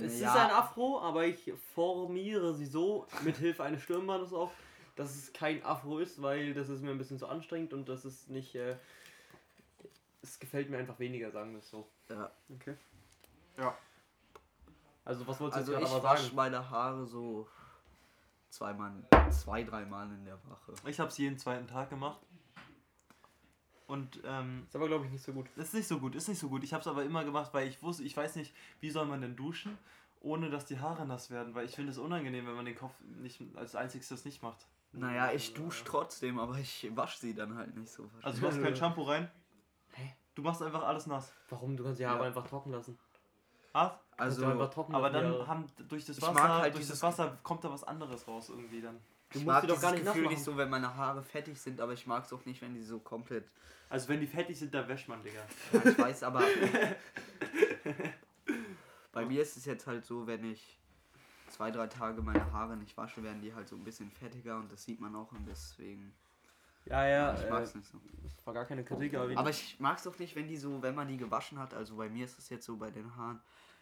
Speaker 3: Es
Speaker 2: ja,
Speaker 3: ist ein Afro, aber ich formiere sie so mit Hilfe eines Stirnbandes auf, dass es kein Afro ist, weil das ist mir ein bisschen zu anstrengend und das ist nicht. Äh, es gefällt mir einfach weniger, sagen wir es so.
Speaker 2: Ja.
Speaker 3: Okay.
Speaker 1: Ja.
Speaker 3: Also, was wolltest
Speaker 2: Also
Speaker 3: du jetzt
Speaker 2: ich
Speaker 3: gerade aber
Speaker 2: wasche
Speaker 3: sagen?
Speaker 2: meine Haare so zweimal, zwei, dreimal in der Woche.
Speaker 1: Ich habe es jeden zweiten Tag gemacht. Und ähm,
Speaker 3: Ist aber, glaube ich, nicht so gut.
Speaker 1: ist nicht so gut, ist nicht so gut. Ich habe es aber immer gemacht, weil ich wusste, ich weiß nicht, wie soll man denn duschen, ohne dass die Haare nass werden, weil ich finde es unangenehm, wenn man den Kopf nicht als einziges nicht macht.
Speaker 2: Naja, ich dusche trotzdem, aber ich wasche sie dann halt nicht so.
Speaker 1: Also du machst kein Shampoo rein.
Speaker 3: Hä?
Speaker 1: Du machst einfach alles nass.
Speaker 3: Warum? Du kannst die Haare
Speaker 2: Ja.
Speaker 3: einfach trocken lassen.
Speaker 1: Ah,
Speaker 3: Kannst
Speaker 2: Also,
Speaker 3: du einfach trocken
Speaker 1: aber
Speaker 3: lassen,
Speaker 1: dann
Speaker 3: die Haare.
Speaker 1: haben durch das
Speaker 2: Ich
Speaker 1: Wasser,
Speaker 2: mag halt
Speaker 1: durch
Speaker 2: dieses-
Speaker 1: das Wasser kommt da was anderes raus irgendwie dann.
Speaker 3: Du
Speaker 2: ich
Speaker 3: musst
Speaker 2: mag
Speaker 3: sie doch
Speaker 2: dieses
Speaker 3: gar nicht nass
Speaker 2: Gefühl
Speaker 3: machen.
Speaker 2: nicht so, wenn meine Haare fettig sind, aber ich mag es auch nicht, wenn die so komplett.
Speaker 1: Also wenn die fettig sind, da wäscht man, Digga.
Speaker 2: Ja, ich weiß, aber. bei mir ist es jetzt halt so, wenn ich zwei, drei Tage meine Haare nicht wasche, werden die halt so ein bisschen fettiger und das sieht man auch und deswegen.
Speaker 3: Ja, ja,
Speaker 2: ich
Speaker 3: äh,
Speaker 2: mag's nicht so.
Speaker 3: war gar keine Kritik, aber wie
Speaker 2: Aber ich mag es auch nicht, wenn die so, wenn man die gewaschen hat, also bei mir ist es jetzt so bei den Haaren,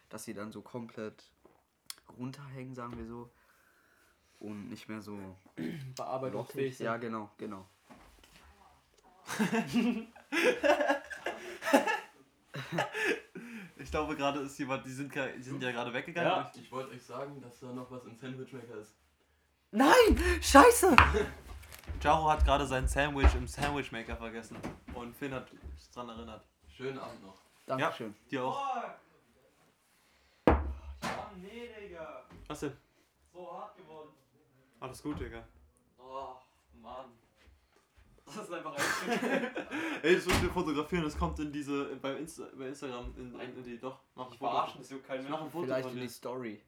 Speaker 2: dass sie dann so komplett runterhängen, sagen wir so. Und nicht mehr so.
Speaker 3: bearbeitungsfähig sind.
Speaker 2: Ja, genau, genau.
Speaker 1: Ich glaube gerade ist jemand, die sind, gra- die sind ja gerade weggegangen.
Speaker 3: Ja.
Speaker 1: aber ich-
Speaker 4: Ich wollte euch sagen, dass da noch was im Sandwichmaker ist.
Speaker 2: Nein! Scheiße!
Speaker 1: Jaro hat gerade sein Sandwich im Sandwichmaker vergessen. Und Finn hat sich dran erinnert.
Speaker 4: Schönen Abend noch.
Speaker 2: Dankeschön.
Speaker 1: Dir auch.
Speaker 5: Mann, nee, Digga.
Speaker 1: Was denn?
Speaker 5: So hart geworden.
Speaker 1: Alles gut, Digga.
Speaker 5: Oh, Mann. Das ist einfach ein
Speaker 1: Ey, das müssen wir fotografieren, das kommt in diese, bei, Insta, bei Instagram, in, in, in die, doch, mach ein Foto.
Speaker 5: das juckt kein
Speaker 1: Ich mach ein Foto
Speaker 2: Vielleicht
Speaker 1: von
Speaker 2: in
Speaker 1: dir.
Speaker 2: die Story.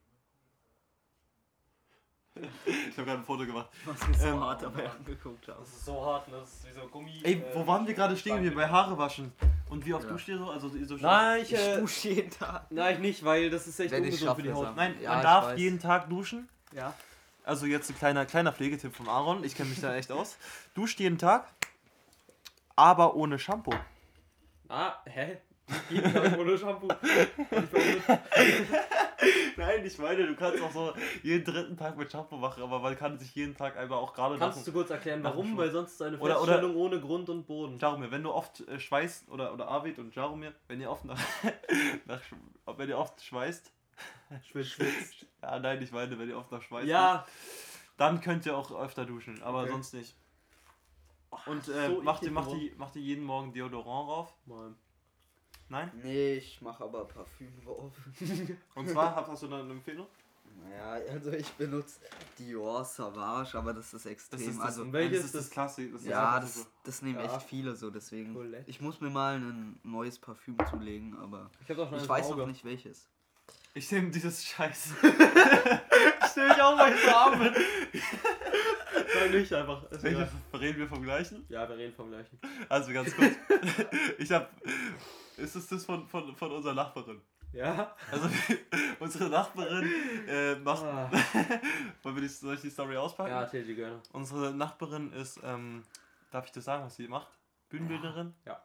Speaker 1: Ich hab gerade ein Foto gemacht.
Speaker 2: Was wir so
Speaker 1: Ähm,
Speaker 2: hart dabei angeguckt haben.
Speaker 5: Das ist so hart, ne? Das ist wie so Gummi.
Speaker 1: Ey,
Speaker 3: äh,
Speaker 1: wo waren wir gerade stehen geblieben? Bei Haare waschen. Und wie oft
Speaker 2: Ja.
Speaker 1: duscht ihr so? Also so
Speaker 3: Nein, ich,
Speaker 2: Ich
Speaker 3: äh,
Speaker 2: dusche jeden Tag.
Speaker 3: nein, nicht, weil das ist echt
Speaker 2: Wenn ich
Speaker 3: ungesund für die
Speaker 2: schaffe,
Speaker 3: Haut.
Speaker 1: Nein,
Speaker 2: Ja,
Speaker 1: man
Speaker 2: ich
Speaker 1: darf
Speaker 2: weiß.
Speaker 1: jeden Tag duschen.
Speaker 3: Ja.
Speaker 1: Also jetzt ein kleiner, kleiner Pflegetipp von Aaron. Ich kenne mich da echt aus. Duscht jeden Tag, aber ohne Shampoo.
Speaker 3: Ah, hä? Jeden Tag ohne [LAUGHS] Shampoo.
Speaker 1: Nein, ich meine, du kannst auch so jeden dritten Tag mit Shampoo machen, aber man kann sich jeden Tag einfach auch gerade
Speaker 3: Kannst du kurz erklären, warum? Weil sonst ist eine
Speaker 1: Oder- oder-
Speaker 3: Feststellung ohne Grund und Boden.
Speaker 1: Jaromir, wenn du oft äh, schweißt, oder, oder Arvid und Jaromir, wenn ihr oft nach, [LAUGHS] nach Sch- wenn ihr oft schweißt,
Speaker 3: Schwitz, schwitz.
Speaker 1: ja nein, ich meine, wenn ihr oft nach schweißt,
Speaker 3: Ja,
Speaker 1: dann könnt ihr auch öfter duschen, aber
Speaker 3: Okay.
Speaker 1: sonst nicht. Und äh,
Speaker 3: so
Speaker 1: macht, ihr,
Speaker 3: eklig
Speaker 1: macht,
Speaker 3: geworden.
Speaker 1: ihr, macht ihr jeden Morgen Deodorant rauf?
Speaker 3: Mann.
Speaker 1: Nein?
Speaker 2: Nee, ich mache aber Parfüm
Speaker 3: [LAUGHS]
Speaker 2: drauf.
Speaker 1: Und zwar, hast, hast du da eine Empfehlung?
Speaker 2: Naja, also ich benutze Dior Savage, aber das ist extrem. also,
Speaker 1: nein,
Speaker 3: welches
Speaker 1: das ist das
Speaker 3: das-
Speaker 1: Klassik. Das
Speaker 2: ja,
Speaker 1: ist
Speaker 2: das, das nehmen
Speaker 3: Ja.
Speaker 2: echt viele so, deswegen.
Speaker 3: Colette.
Speaker 2: Ich muss mir mal ein neues Parfüm zulegen, aber
Speaker 3: Ich hab doch schon
Speaker 2: ich
Speaker 3: eins
Speaker 2: weiß
Speaker 3: im Auge.
Speaker 2: auch nicht welches.
Speaker 1: Ich nehme dieses Scheiß.
Speaker 3: Stell dich auch mal zur [LAUGHS] Arme. Sag nicht einfach. Ist
Speaker 1: Welche
Speaker 3: egal.
Speaker 1: reden wir vom gleichen?
Speaker 3: Ja, wir reden vom gleichen.
Speaker 1: Also ganz kurz. [LAUGHS] ich hab. Ist es das von, von, von unserer Nachbarin?
Speaker 3: Ja?
Speaker 1: Also [LAUGHS] unsere Nachbarin äh, macht.
Speaker 3: Ah.
Speaker 1: Wollen wir die, soll ich die Story auspacken?
Speaker 3: Ja, erzähl sie
Speaker 1: [LAUGHS]
Speaker 3: gerne.
Speaker 1: Unsere Nachbarin ist, ähm, darf ich das sagen, was sie macht? Bühnenbildnerin.
Speaker 3: Ah, Ja.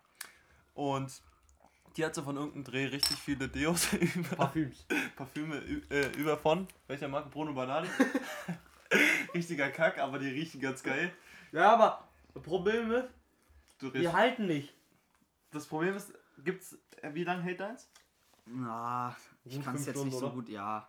Speaker 1: Und die hat so von irgendeinem Dreh richtig viele Deos [LAUGHS] über,
Speaker 3: Parfüms.
Speaker 1: Parfüme ü- äh, über von, welcher Marke? Bruno
Speaker 3: [LAUGHS]
Speaker 1: Banani. Richtiger Kack, aber die riechen ganz geil.
Speaker 3: Ja, aber das Problem ist,
Speaker 1: Du riechst-
Speaker 3: die halten nicht.
Speaker 1: Das Problem ist, gibt's. äh, Wie lange hält deins?
Speaker 2: Na, ich
Speaker 3: Gut,
Speaker 2: kann es
Speaker 3: fünf
Speaker 2: jetzt
Speaker 3: Stunden,
Speaker 2: nicht so
Speaker 3: oder?
Speaker 2: gut, ja.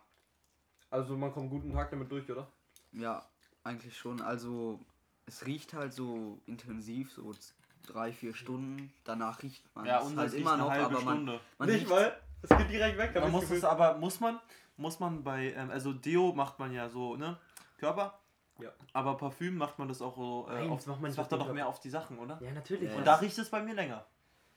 Speaker 3: Also man kommt guten Tag damit durch, oder?
Speaker 2: Ja, eigentlich schon. Also, es riecht halt so intensiv, so z- drei, vier Stunden. Danach riecht man es halt immer noch, aber man, man
Speaker 3: nicht,
Speaker 2: riecht's-
Speaker 3: weil es geht direkt weg. hab
Speaker 1: Man
Speaker 3: ich
Speaker 1: muss
Speaker 3: das
Speaker 1: es
Speaker 3: Gefühl.
Speaker 1: aber, muss man, muss man bei, ähm, also Deo macht man ja so, ne? Körper.
Speaker 3: Ja.
Speaker 1: Aber Parfüm macht man das auch so. Äh,
Speaker 3: Nein,
Speaker 1: auf,
Speaker 3: das macht man
Speaker 1: das
Speaker 3: nicht
Speaker 1: macht
Speaker 3: auf
Speaker 1: er
Speaker 3: den
Speaker 1: doch mehr
Speaker 3: Körper.
Speaker 1: auf die Sachen, oder?
Speaker 3: Ja, natürlich.
Speaker 2: Ja.
Speaker 1: Und da riecht es bei mir länger.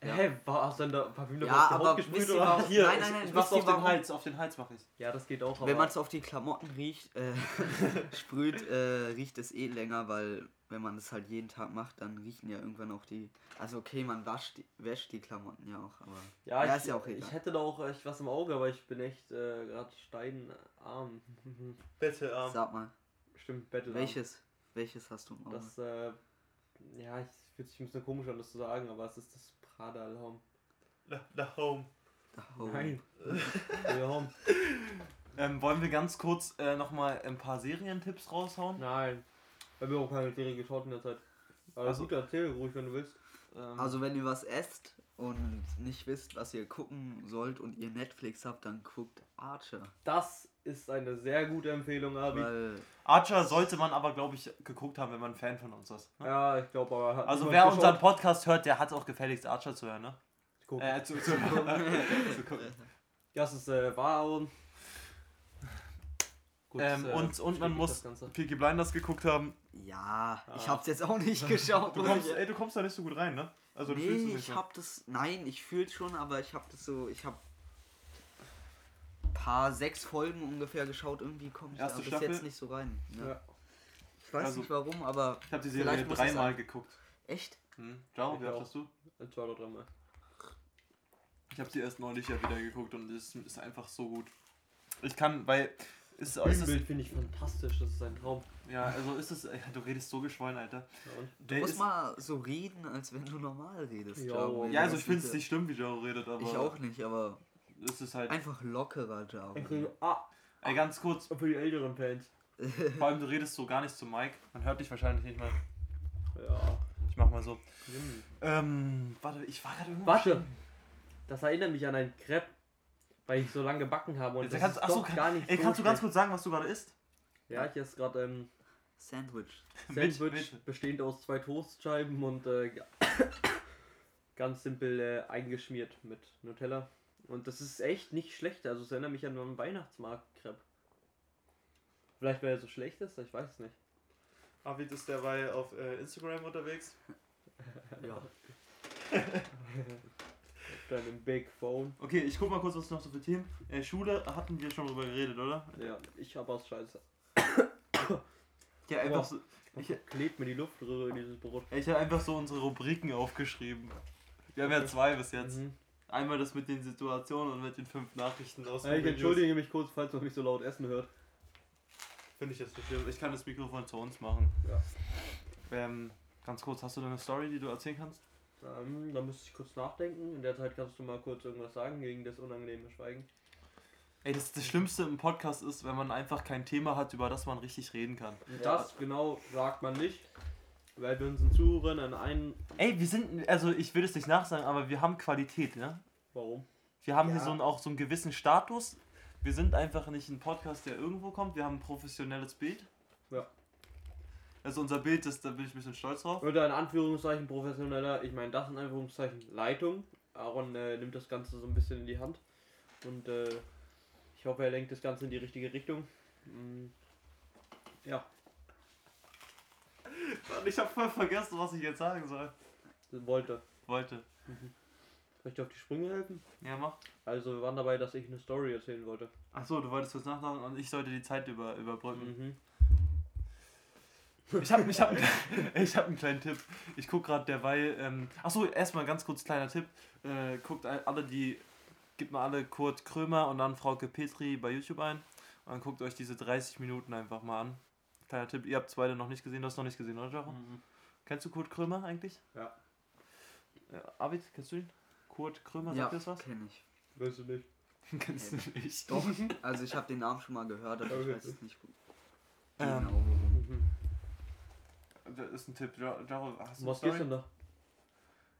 Speaker 2: Ja.
Speaker 3: Hä, war hast du denn da Parfüm dabei
Speaker 2: Ja,
Speaker 3: auf die
Speaker 2: aber
Speaker 3: Haut gesprüht
Speaker 2: wisst ihr
Speaker 3: oder?
Speaker 2: warum-
Speaker 3: Hier,
Speaker 2: Nein, nein, nein,
Speaker 1: Ich
Speaker 2: wisst
Speaker 1: mach's
Speaker 2: ihr
Speaker 1: auf den
Speaker 2: warum?
Speaker 1: Hals, auf den Hals mach ich's.
Speaker 3: Ja, das geht auch.
Speaker 2: Wenn man es auf die Klamotten riecht, äh, [LAUGHS] sprüht, äh, riecht es eh länger, weil wenn man es halt jeden Tag macht, dann riechen ja irgendwann auch die. Also okay, man wascht die, wäscht die Klamotten ja auch, aber.
Speaker 3: ja,
Speaker 2: ja,
Speaker 3: ich,
Speaker 2: ist ja auch egal.
Speaker 3: ich hätte da auch echt was im Auge, aber ich bin echt äh, gerade steinarm. [LAUGHS]
Speaker 1: Bitte,
Speaker 3: ähm.
Speaker 2: Sag mal,
Speaker 3: Stimmt, Battle.
Speaker 2: welches? Oh Welches hast du im Auge?
Speaker 3: Das, äh, ja, ich fühlt sich ein bisschen komisch an, das zu sagen, aber es ist das Prada Alhom.
Speaker 1: nach home.
Speaker 2: Oh.
Speaker 3: [LAUGHS] Alhom.
Speaker 1: Ähm, wollen wir ganz kurz äh, nochmal ein paar Serientipps raushauen?
Speaker 3: Nein. Ich habe auch keine Serie geschaut in der Zeit. Aber
Speaker 1: Also-
Speaker 3: also, gut, erzähl ruhig, wenn du willst.
Speaker 1: Ähm,
Speaker 2: Also wenn ihr was esst, und nicht wisst, was ihr gucken sollt und ihr Netflix habt, dann guckt Archer.
Speaker 3: Das ist eine sehr gute Empfehlung, Abi.
Speaker 2: Weil
Speaker 1: Archer sollte man aber, glaube ich, geguckt haben, wenn man ein Fan von uns ist. ne?
Speaker 3: Ja, ich glaube aber. hat
Speaker 1: Also
Speaker 3: niemand
Speaker 1: wer
Speaker 3: geschaut.
Speaker 1: unseren Podcast hört, der hat auch gefälligst Archer zu hören, ne?
Speaker 3: Guck.
Speaker 1: Äh, zu, zu, zu gucken.
Speaker 3: Das ist äh, wahr. Und, Gut,
Speaker 1: [LAUGHS] Ähm,
Speaker 3: äh,
Speaker 1: und, und man
Speaker 3: schwierig,
Speaker 1: muss
Speaker 3: das Ganze.
Speaker 1: Peaky Blinders geguckt haben.
Speaker 2: ja, ich
Speaker 3: Ah.
Speaker 2: hab's jetzt auch nicht geschaut.
Speaker 1: Du
Speaker 2: muss
Speaker 1: kommst,
Speaker 2: ich-
Speaker 1: ey, du kommst da nicht so gut rein, ne? Also du fühlst
Speaker 2: nee,
Speaker 1: es
Speaker 2: ich
Speaker 1: nicht so.
Speaker 2: hab das. Nein, ich fühl's schon, aber ich hab das so. Ich hab paar sechs Folgen ungefähr geschaut, irgendwie komme ich da
Speaker 1: Erste
Speaker 2: bis
Speaker 1: Staffel?
Speaker 2: jetzt nicht so rein. Ja.
Speaker 3: Ja.
Speaker 2: Ich weiß
Speaker 1: Also-
Speaker 2: nicht warum, aber
Speaker 1: Ich habe die Serie
Speaker 2: Vielleicht muss es
Speaker 1: dreimal geguckt.
Speaker 2: echt?
Speaker 1: Hm? Jaro,
Speaker 3: Ich
Speaker 1: wie oft
Speaker 3: auch.
Speaker 1: hast du?
Speaker 3: Zwei oder dreimal.
Speaker 1: Ich habe sie erst neulich ja wieder geguckt und es ist einfach so gut. Ich kann, weil. Ist, ist es,
Speaker 3: Bühnenbild finde ich fantastisch, das ist ein Traum.
Speaker 1: ja, also ist es. Ja, du redest so geschwollen, Alter.
Speaker 3: Ja, und?
Speaker 1: Der
Speaker 2: Muss
Speaker 1: ist,
Speaker 2: mal so reden, als wenn du normal redest.
Speaker 3: Jo.
Speaker 2: Jaro.
Speaker 1: ja, also ich
Speaker 2: Das
Speaker 1: finde
Speaker 2: ist
Speaker 1: es nicht schlimm, wie Jaro redet, aber.
Speaker 2: Ich auch nicht, aber
Speaker 1: Es ist halt.
Speaker 2: einfach lockerer, Jaro.
Speaker 3: Ich rede- ah,
Speaker 1: Ey, ganz
Speaker 2: [LAUGHS]
Speaker 1: kurz.
Speaker 3: für die älteren Fans.
Speaker 1: Vor allem, du redest so gar nicht zu Mike. Man hört dich wahrscheinlich nicht mal.
Speaker 3: Ja.
Speaker 1: Ich mach mal so.
Speaker 3: schlimm.
Speaker 1: Ähm, warte, ich war gerade irgendwo.
Speaker 3: Warte. Das erinnert mich an ein Crepe, weil ich so lange gebacken habe und
Speaker 1: Jetzt
Speaker 3: das
Speaker 1: kannst,
Speaker 3: ist
Speaker 1: achso,
Speaker 3: doch
Speaker 1: kann,
Speaker 3: gar nicht
Speaker 1: ey,
Speaker 3: so
Speaker 1: kannst du ganz kurz
Speaker 3: schlecht.
Speaker 1: sagen, was du gerade isst?
Speaker 3: Ja, ich esse ähm, gerade ein
Speaker 2: Sandwich.
Speaker 1: Mit-
Speaker 3: Sandwich
Speaker 1: mit-
Speaker 3: bestehend aus zwei Toastscheiben und äh, ga- [COUGHS] ganz simpel äh, eingeschmiert mit Nutella. Und das ist echt nicht schlecht. Also es erinnert mich an einen Weihnachtsmarkt-Crepe. Vielleicht weil er so schlecht ist, ich weiß es nicht.
Speaker 1: Avid ist derweil auf äh, Instagram unterwegs.
Speaker 2: Ja.
Speaker 3: [LAUGHS] Mit einem Big Phone.
Speaker 1: Okay, ich guck mal kurz, was noch so für Themen. Äh, Schule hatten wir schon drüber geredet, oder?
Speaker 3: Ja, ich hab was scheiße.
Speaker 1: Ja,
Speaker 3: einfach
Speaker 1: so,
Speaker 3: Ich Also, klebt mir die Luft drüber in dieses Brot.
Speaker 1: ich habe einfach so unsere Rubriken aufgeschrieben. Wir haben ja zwei bis jetzt.
Speaker 3: Mhm.
Speaker 1: Einmal das mit den Situationen und mit den fünf Nachrichten aus.
Speaker 3: Ja, ich entschuldige mich kurz, falls man mich so laut essen hört.
Speaker 1: Finde ich jetzt nicht schlimm. Ich kann das Mikrofon zu uns machen.
Speaker 3: Ja.
Speaker 1: Ähm, ganz kurz, hast du da eine Story, die du erzählen kannst?
Speaker 3: Ähm, da müsste ich kurz nachdenken. In der Zeit kannst du mal kurz irgendwas sagen gegen das unangenehme Schweigen.
Speaker 1: Ey, das, das Schlimmste im Podcast ist, wenn man einfach kein Thema hat, über das man richtig reden kann.
Speaker 3: Das genau sagt man nicht, weil wir unseren Zuhörern an einen.
Speaker 1: Ey, wir sind, also ich will es nicht nachsagen, aber wir haben Qualität, ne?
Speaker 3: Warum?
Speaker 1: Wir haben
Speaker 2: Ja.
Speaker 1: hier so einen, auch so einen gewissen Status. Wir sind einfach nicht ein Podcast, der irgendwo kommt. Wir haben ein professionelles Bild.
Speaker 3: Ja.
Speaker 1: Also unser Bild, das, da bin ich ein bisschen stolz drauf.
Speaker 3: Oder in Anführungszeichen professioneller, ich meine, das in Anführungszeichen Leitung. Aaron äh, nimmt das Ganze so ein bisschen in die Hand und äh, ich hoffe, er lenkt das Ganze in die richtige Richtung. Mm. Ja,
Speaker 1: Und ich habe voll vergessen, was ich jetzt sagen soll.
Speaker 3: wollte.
Speaker 1: Wollte.
Speaker 3: Soll ich dir auf die Sprünge helfen?
Speaker 1: Ja, mach.
Speaker 3: Also, wir waren dabei, dass ich eine Story erzählen wollte.
Speaker 1: Achso, du wolltest kurz nachladen und ich sollte die Zeit über, überbrücken.
Speaker 3: Mhm.
Speaker 1: Ich habe ich hab, [LAUGHS] ich hab einen kleinen Tipp. Ich guck gerade derweil. Ähm, Achso, erstmal ganz kurz kleiner Tipp. Äh, guckt all- alle die. Gebt mal alle Kurt Krömer und dann Frauke Petri bei YouTube ein. Und dann guckt euch diese 30 Minuten einfach mal an. Kleiner Tipp, ihr habt es beide noch nicht gesehen, du hast noch nicht gesehen, oder Jaro? Kennst du Kurt Krömer eigentlich?
Speaker 3: Mhm. Ja.
Speaker 1: Äh, Arvid, kennst du ihn? Kurt Krömer,
Speaker 2: ja,
Speaker 1: sagt dir das was?
Speaker 2: kenn ich.
Speaker 3: Willst du nicht?
Speaker 1: [LAUGHS] Kennst du nicht? [LAUGHS]
Speaker 2: Doch, also ich habe den Namen schon mal gehört, aber ich
Speaker 3: Okay.
Speaker 2: weiß es nicht gut.
Speaker 1: Ähm.
Speaker 2: Genau, warum.
Speaker 3: Mhm.
Speaker 1: Das ist ein Tipp. Ja- Jaro, hast du eine
Speaker 3: Was geht's
Speaker 1: Story?
Speaker 3: denn da?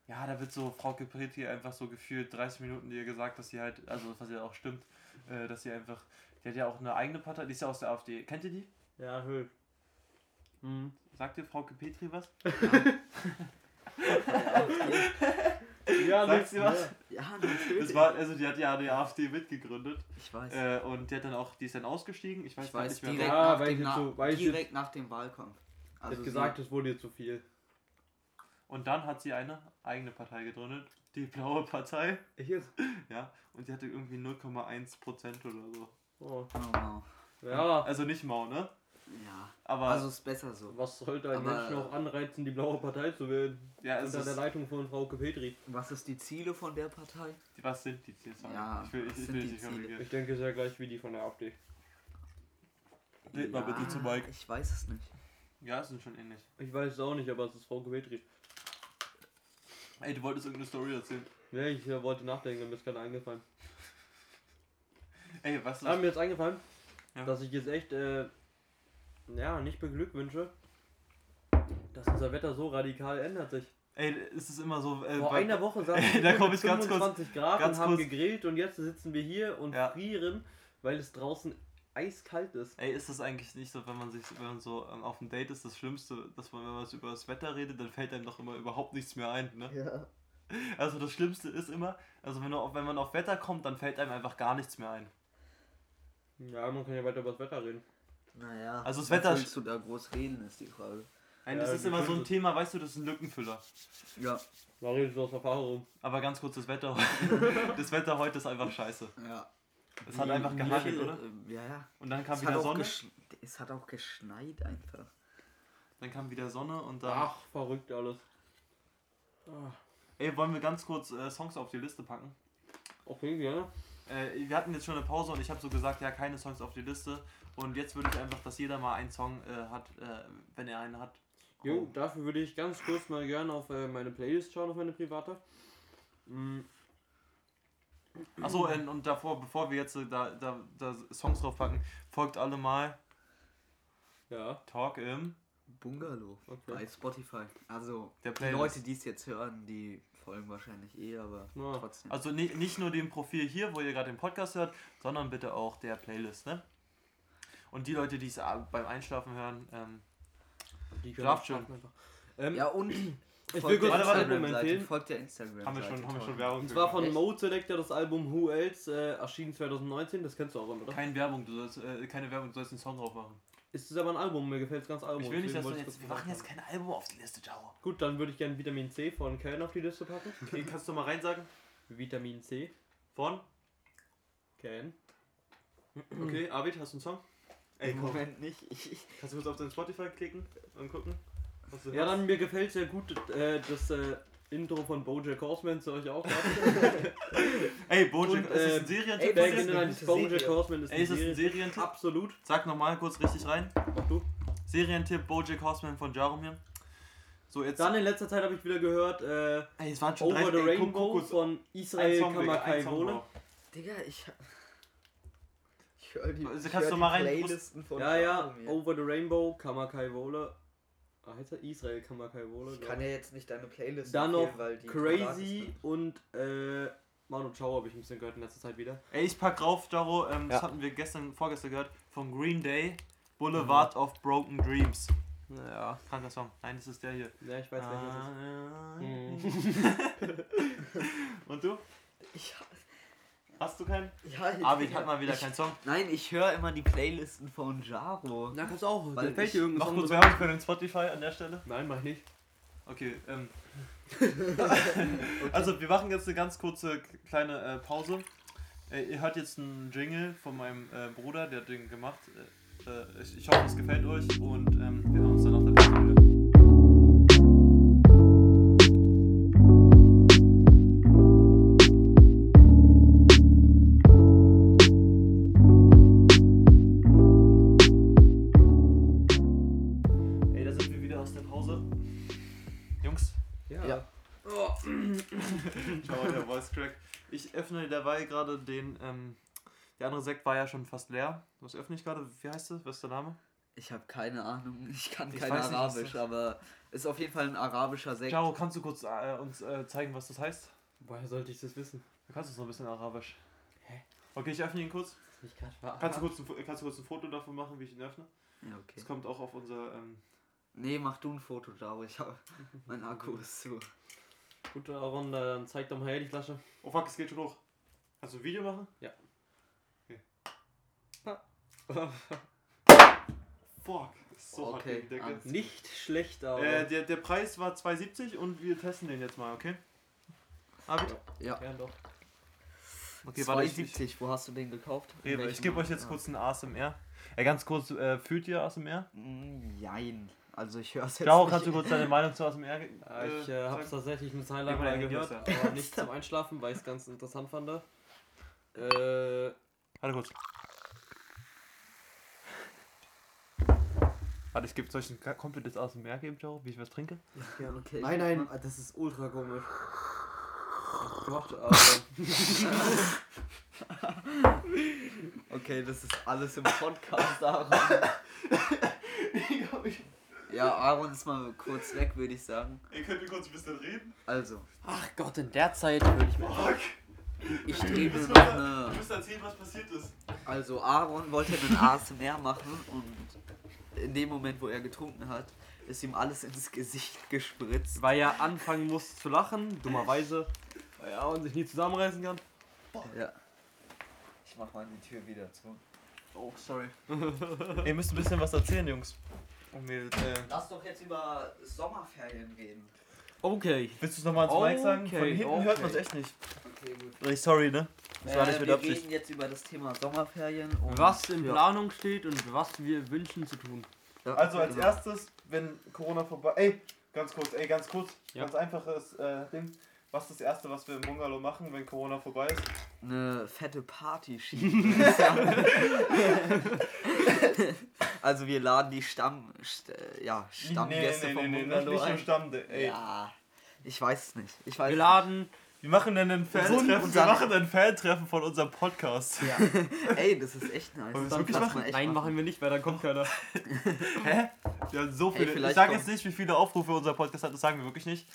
Speaker 1: Ja, da wird so Frau Petri einfach so gefühlt 30 Minuten dir gesagt, dass sie halt, also was ja auch stimmt, äh, dass sie einfach, die hat ja auch eine eigene Partei, die ist ja aus der AfD. Kennt ihr die?
Speaker 3: Ja, Höhl. Mhm.
Speaker 1: Sagt ihr Frau Petri was?
Speaker 3: Ja,
Speaker 1: Sagt sie was?
Speaker 3: Also
Speaker 2: Ja,
Speaker 1: [LAUGHS]
Speaker 2: natürlich.
Speaker 1: Das war, also die hat ja die AfD mitgegründet
Speaker 2: ich weiß.
Speaker 1: äh, und die hat dann auch, die ist dann ausgestiegen. Ich weiß,
Speaker 2: Ah, ich
Speaker 1: grad
Speaker 2: weiß
Speaker 1: nicht mehr.
Speaker 2: direkt,
Speaker 1: warum.
Speaker 3: Ja,
Speaker 2: nach,
Speaker 3: weil
Speaker 2: dem
Speaker 3: sie
Speaker 2: Na
Speaker 3: so- weil sie-
Speaker 2: direkt nach dem Wahlkampf.
Speaker 3: Also
Speaker 2: sie-
Speaker 3: gesagt, es wurde ihr zu viel.
Speaker 1: Und dann hat sie eine eigene Partei gegründet, die Blaue Partei. [LAUGHS]
Speaker 3: Ich jetzt?
Speaker 1: Ja, und die hatte irgendwie 0,1% oder so.
Speaker 3: Oh.
Speaker 2: Oh, wow.
Speaker 3: Ja,
Speaker 1: Also nicht mau, ne?
Speaker 2: Ja,
Speaker 1: Aber
Speaker 2: also ist besser so.
Speaker 3: was sollte ein
Speaker 2: Aber-
Speaker 3: Mensch noch anreizen, die blaue Partei zu wählen?
Speaker 1: ja, es
Speaker 3: Unter der
Speaker 1: ist,
Speaker 3: Leitung von Frau Petri.
Speaker 2: Was ist die Ziele von der Partei?
Speaker 1: was sind die Ziele? Sorry.
Speaker 2: Ja,
Speaker 1: ich will, ich,
Speaker 2: was
Speaker 1: ich
Speaker 2: sind
Speaker 1: will
Speaker 2: die
Speaker 1: nicht
Speaker 2: Ziele?
Speaker 1: korrigieren.
Speaker 3: Ich denke sehr gleich wie die von der AfD.
Speaker 1: Red mal bitte zu
Speaker 4: [LAUGHS]
Speaker 1: Mike.
Speaker 2: Ich weiß es nicht.
Speaker 1: Ja, es sind schon ähnlich.
Speaker 3: Ich weiß es auch nicht, aber es ist Frau Petri.
Speaker 1: Ey, du wolltest irgendeine Story erzählen.
Speaker 3: Ja, ich äh, wollte nachdenken, mir ist gerade eingefallen.
Speaker 1: Ey, was ist
Speaker 3: Ah, mir ist eingefallen,
Speaker 1: Ja.
Speaker 3: dass ich jetzt echt, äh, ja, nicht beglückwünsche, dass unser Wetter so radikal ändert sich.
Speaker 1: Ey, es ist immer so. Äh,
Speaker 3: Vor
Speaker 1: bei-
Speaker 3: einer Woche saßen
Speaker 1: [LAUGHS] Ey,
Speaker 3: wir
Speaker 1: da
Speaker 3: hier
Speaker 1: komm
Speaker 3: mit
Speaker 1: ich ganz kurz-
Speaker 3: 25 Grad
Speaker 1: ganz
Speaker 3: und haben
Speaker 1: kurz-
Speaker 3: gegrillt und jetzt sitzen wir hier und
Speaker 1: Ja.
Speaker 3: frieren, weil es draußen eiskalt ist.
Speaker 1: Ey, ist das eigentlich nicht so, wenn man sich, wenn man so ähm, auf dem Date ist, das Schlimmste, dass man, wenn man so über das Wetter redet, dann fällt einem doch immer überhaupt nichts mehr ein, ne?
Speaker 3: Ja.
Speaker 1: Also das Schlimmste ist immer, also wenn, man auf- wenn man auf Wetter kommt, dann fällt einem einfach gar nichts mehr ein.
Speaker 3: Ja, man kann ja weiter über das Wetter reden.
Speaker 2: Naja.
Speaker 1: Also das
Speaker 2: was
Speaker 1: Wetter-
Speaker 2: Willst du da groß reden, ist die Frage.
Speaker 1: Nein,
Speaker 3: Ja,
Speaker 1: das ist
Speaker 3: wir
Speaker 1: immer so
Speaker 3: können
Speaker 1: ein
Speaker 3: das-
Speaker 1: Thema, weißt du, das ist ein Lückenfüller.
Speaker 2: Ja.
Speaker 3: Da redest du aus Erfahrung.
Speaker 1: Aber ganz kurz, das Wetter, [LAUGHS] das Wetter heute ist einfach scheiße.
Speaker 2: Ja. äh,
Speaker 1: Es hat einfach gehandelt, oder?
Speaker 2: Ja, ja.
Speaker 1: Und dann kam
Speaker 2: Es hat,
Speaker 1: wieder
Speaker 2: auch
Speaker 1: Sonne,
Speaker 2: gesch- es hat auch geschneit einfach.
Speaker 1: dann kam wieder Sonne und dann...
Speaker 3: Ach, verrückt alles. Ah,
Speaker 1: Ey, wollen wir ganz kurz äh, Songs auf die Liste packen?
Speaker 3: Auch irgendwie, ja.
Speaker 1: Äh, wir hatten jetzt schon eine Pause und ich habe so gesagt, ja, keine Songs auf die Liste. Und jetzt würde ich einfach, dass jeder mal einen Song äh, hat, äh, wenn er einen hat. Oh.
Speaker 3: Jo, dafür würde ich ganz kurz mal gerne auf äh, meine Playlist schauen, auf meine private. Mm,
Speaker 1: Achso, äh, und davor, bevor wir jetzt äh, da, da, da Songs draufpacken, folgt alle mal
Speaker 3: ja,
Speaker 1: Talk im,
Speaker 2: Bungalow. Bei
Speaker 3: okay.
Speaker 2: Spotify. Also,
Speaker 1: der
Speaker 2: die
Speaker 1: Playlist.
Speaker 2: Leute, die es jetzt hören, die folgen wahrscheinlich eh, aber
Speaker 3: Ja.
Speaker 2: trotzdem.
Speaker 1: Also ni- nicht nur dem Profil hier, wo ihr gerade den Podcast hört, sondern bitte auch der Playlist, ne? Und die Leute, die es ab- beim Einschlafen hören, ähm,
Speaker 3: Die
Speaker 1: Schlaf
Speaker 3: können-
Speaker 1: schön.
Speaker 3: Ähm,
Speaker 2: ja, und
Speaker 3: ich will
Speaker 2: folgt der
Speaker 3: kurz
Speaker 1: Warte,
Speaker 3: das
Speaker 1: warte,
Speaker 3: Album
Speaker 2: Instagram-Seite.
Speaker 3: empfehlen.
Speaker 2: Folgt der Instagram.
Speaker 1: haben wir schon, haben wir schon Werbung.
Speaker 3: Und zwar
Speaker 1: für
Speaker 3: von
Speaker 2: Echt?
Speaker 3: Mode Selector das Album Who Else, äh, erschien 2019, das kennst du auch,
Speaker 1: gemacht.
Speaker 3: oder?
Speaker 1: keine Werbung, du sollst, äh, keine Werbung, du sollst einen Song drauf machen.
Speaker 3: Es ist aber ein Album, mir gefällt es ganz Album.
Speaker 1: ich will nicht, dass
Speaker 3: deswegen
Speaker 1: du
Speaker 3: wollte ich
Speaker 1: jetzt,
Speaker 3: kurz
Speaker 1: wir
Speaker 3: gesagt
Speaker 1: machen jetzt
Speaker 3: haben.
Speaker 1: kein Album auf die Liste, ciao.
Speaker 3: Gut, dann würde ich gerne Vitamin C von Köln auf die
Speaker 1: [LAUGHS]
Speaker 3: Liste packen.
Speaker 1: Okay, kannst du mal reinsagen?
Speaker 3: Vitamin C,
Speaker 1: Von?
Speaker 3: Köln.
Speaker 1: Okay, Arvid, hast du einen Song?
Speaker 2: Ey,
Speaker 1: Ey, komm,
Speaker 2: Moment nicht. Ich, ich,
Speaker 1: kannst du kurz auf dein Spotify klicken und gucken? was du
Speaker 3: Ja,
Speaker 1: hörst?
Speaker 3: dann mir gefällt sehr gut äh, das äh, Intro von Bojack Horseman, zu euch
Speaker 1: [LAUGHS]
Speaker 3: auch. gerade.
Speaker 1: Ey, Bojack,
Speaker 3: Und,
Speaker 1: ist das
Speaker 3: äh,
Speaker 1: ein Serientipp? von
Speaker 2: ey, das
Speaker 3: Back
Speaker 1: dir?
Speaker 2: ist
Speaker 3: in
Speaker 2: eine gute
Speaker 3: the 90s, Bojack
Speaker 2: Serie.
Speaker 3: Horseman ist,
Speaker 1: Ey, ist
Speaker 3: eine
Speaker 1: das ein
Speaker 3: Serie.
Speaker 1: Serientipp?
Speaker 3: Absolut.
Speaker 1: Sag nochmal kurz richtig rein.
Speaker 3: Auch du.
Speaker 1: Serientipp Bojack Horseman von Jaromir. So, jetzt.
Speaker 3: Dann in letzter Zeit habe ich wieder gehört äh,
Speaker 1: ey, es waren schon
Speaker 3: Over the
Speaker 1: 30 ey, guck,
Speaker 3: Rainbow
Speaker 1: guck, guck,
Speaker 3: von äh,
Speaker 1: ein
Speaker 3: Israel
Speaker 1: Song, Digga,
Speaker 3: Kamakai
Speaker 1: ein Song
Speaker 3: Wohle.
Speaker 1: drauf.
Speaker 2: Digga, ich. Ich höre die,
Speaker 1: Also
Speaker 2: ich
Speaker 1: kannst
Speaker 2: hör
Speaker 1: du
Speaker 2: die
Speaker 1: mal rein-
Speaker 2: Playlisten von
Speaker 3: Ja, ja,
Speaker 2: Jerome.
Speaker 3: Over the Rainbow, Kamakai Wohle. Ah, heißt er Israel Kamakai Wohle?
Speaker 2: Ich kann ja jetzt nicht deine Playlist
Speaker 3: Dann noch
Speaker 2: empfehlen, weil die
Speaker 3: Crazy und äh, Manu Chao habe ich ein bisschen gehört in letzter Zeit wieder.
Speaker 1: Ey, ich pack drauf, Jaro, ähm, das
Speaker 5: Ja.
Speaker 1: hatten wir gestern, vorgestern gehört, von Green Day, Boulevard of Broken Dreams.
Speaker 5: Ja.
Speaker 1: Kranker Song. Nein, das ist der hier.
Speaker 3: Ja, ich weiß nicht, Ah.
Speaker 1: Und du?
Speaker 2: Ich,
Speaker 1: Hast du keinen?
Speaker 2: ja, ich,
Speaker 1: Arvid hat mal wieder
Speaker 2: ich,
Speaker 1: keinen Song.
Speaker 2: Nein, ich höre immer die Playlisten von Jaro.
Speaker 3: Na, kannst auch.
Speaker 2: Weil
Speaker 3: fällt
Speaker 2: ich-
Speaker 3: dir irgendein
Speaker 1: Mach
Speaker 3: Song
Speaker 1: kurz
Speaker 3: besonders-
Speaker 1: Werbung für den Spotify an der Stelle.
Speaker 3: Nein, mach ich nicht.
Speaker 1: Okay, ähm. also wir machen jetzt eine ganz kurze k- kleine äh, Pause. Äh, ihr hört jetzt einen Jingle von meinem äh, Bruder, der hat den gemacht. Äh, äh, ich, ich hoffe, es gefällt euch und ähm, wir hören uns dann nach der Pause wieder. Ey, da sind wir wieder aus der Pause. Jungs,
Speaker 3: Ja.
Speaker 2: Ja.
Speaker 1: schau mal, der Voice Crack. Ich öffne dabei gerade den. Ähm, der andere Sekt war ja schon fast leer. Was öffne ich gerade? Wie heißt das? Was ist der Name?
Speaker 2: Ich habe keine Ahnung. Ich kann
Speaker 1: Ich
Speaker 2: kein
Speaker 1: weiß nicht, was
Speaker 2: Arabisch, aber ist auf jeden Fall ein arabischer Sekt.
Speaker 1: Jaro, kannst du kurz äh, uns äh, zeigen, was das heißt?
Speaker 3: Woher sollte ich das wissen?
Speaker 1: Du kannst es noch ein bisschen arabisch. Okay, ich öffne ihn kurz.
Speaker 3: Ich kann war-
Speaker 1: Kannst du kurz ein, Fo- kannst du kurz ein Foto davon machen, wie ich ihn öffne?
Speaker 2: Ja, okay.
Speaker 1: Das kommt auch auf unser. Ähm,
Speaker 2: Nee, mach du ein Foto, Jaro. Ich hab, mein Akku ist zu.
Speaker 3: Gut, Aaron, dann zeig doch mal her die Flasche.
Speaker 1: oh fuck, es geht schon hoch. Kannst du ein Video machen?
Speaker 3: Ja.
Speaker 1: Okay. [LAUGHS] Fuck, ist so hart
Speaker 2: Okay, ah,
Speaker 1: gegen die Decke.
Speaker 2: alles.
Speaker 3: Nicht schlecht, aber.
Speaker 1: Äh, der, der Preis war 2,70 und wir testen den jetzt mal, okay? Arvid?
Speaker 2: Ja.
Speaker 3: ja, doch.
Speaker 1: Okay, warte, ich, ich,
Speaker 2: 270, wo hast du den gekauft? In
Speaker 1: Rewe, ich
Speaker 2: welchem
Speaker 1: gebe euch
Speaker 2: Laden?
Speaker 1: jetzt
Speaker 2: Ah.
Speaker 1: kurz ein ASMR. Äh, ganz kurz, äh, fühlt ihr ASMR?
Speaker 2: Mm, Jein. Also ich höre es jetzt
Speaker 1: Jaro,
Speaker 2: nicht. [LAUGHS]
Speaker 1: kannst du kurz deine Meinung zu ASMR ge-
Speaker 3: Ja, ich
Speaker 1: äh,
Speaker 3: äh,
Speaker 1: sagen?
Speaker 3: hab's tatsächlich eine Zeit
Speaker 1: Leg
Speaker 3: lang
Speaker 1: mal
Speaker 3: mal
Speaker 1: dein Handy
Speaker 3: gehört,
Speaker 1: aus
Speaker 3: aber nicht zum Einschlafen, weil ich es ganz interessant fand. Äh,
Speaker 1: Warte kurz. Warte, ich gebe euch ein ka- komplettes ASMR geben, Jaro, wie ich was
Speaker 3: [LAUGHS]
Speaker 1: trinke.
Speaker 2: Okay,
Speaker 3: Nein,
Speaker 2: ich-
Speaker 3: nein, das ist ultra komisch. Oh Gott, aber.
Speaker 5: [LAUGHS]
Speaker 2: Okay, das ist alles im Podcast, Aaron. Ja, Aaron ist mal kurz weg, würde ich sagen.
Speaker 1: Ihr könnt mir kurz ein bisschen reden.
Speaker 2: Also,
Speaker 5: Ach Gott, in der Zeit würde ich mir.
Speaker 1: Fuck.
Speaker 2: ich gebe
Speaker 1: Müssen
Speaker 2: noch
Speaker 1: wir- Du
Speaker 2: eine.
Speaker 1: musst erzählen, was passiert ist.
Speaker 2: Also, Aaron wollte einen ASMR machen und in dem Moment, wo er getrunken hat, ist ihm alles ins Gesicht gespritzt.
Speaker 3: Weil er anfangen muss zu lachen, dummerweise. Weil er und sich nie zusammenreißen kann.
Speaker 2: Ja. Ich mach mal die Tür wieder zu.
Speaker 3: Oh, sorry.
Speaker 1: Ihr müsst ein bisschen was erzählen, Jungs. Und Mädels, äh,
Speaker 2: Lass doch jetzt über Sommerferien reden.
Speaker 3: Okay.
Speaker 1: willst du es nochmal ins Mike sagen? Von
Speaker 3: Okay,
Speaker 1: hinten hört
Speaker 3: okay.
Speaker 1: man es echt nicht.
Speaker 2: Okay, gut.
Speaker 1: Ey, Sorry, ne? Das war nicht mit
Speaker 2: Äh, wir
Speaker 1: Absicht.
Speaker 2: reden jetzt über das Thema Sommerferien und
Speaker 3: Was in
Speaker 1: Ja.
Speaker 3: Planung steht und was wir wünschen zu tun.
Speaker 2: Ja,
Speaker 1: Also als
Speaker 2: genau.
Speaker 1: erstes, wenn Corona vorbei. Ey, ganz kurz, ey, ganz kurz.
Speaker 3: Ja.
Speaker 1: Ganz einfaches äh, Ding. Was ist das Erste, was wir im Bungalow machen, wenn Corona vorbei ist?
Speaker 2: eine fette Party schieben. würde ich sagen. also wir laden die Stamm, St äh, ja, Stammgäste vom
Speaker 1: nicht,
Speaker 2: Bungalow
Speaker 1: nicht nur
Speaker 2: ein.
Speaker 1: Stammde. Ey.
Speaker 2: Ja, ich weiß es nicht. Ich weiß
Speaker 3: Wir
Speaker 2: es
Speaker 3: laden.
Speaker 1: Wir machen dann ein Fan-Treffen. Wir
Speaker 2: unseren-
Speaker 1: machen ein Fan-Treffen von unserem Podcast.
Speaker 3: Ja.
Speaker 2: nicht. Ey, das ist echt nice.
Speaker 1: Wollen wir es
Speaker 2: Das
Speaker 1: wirklich
Speaker 2: lass
Speaker 1: machen?
Speaker 2: mal echt
Speaker 3: Nein, machen wir nicht, weil dann kommt keiner.
Speaker 1: Hä? [LAUGHS] Wir haben so
Speaker 2: Ey,
Speaker 1: viele. ich
Speaker 2: vielleicht
Speaker 1: sage
Speaker 2: kommt-
Speaker 1: jetzt nicht, wie viele Aufrufe unser Podcast hat, das sagen wir wirklich nicht.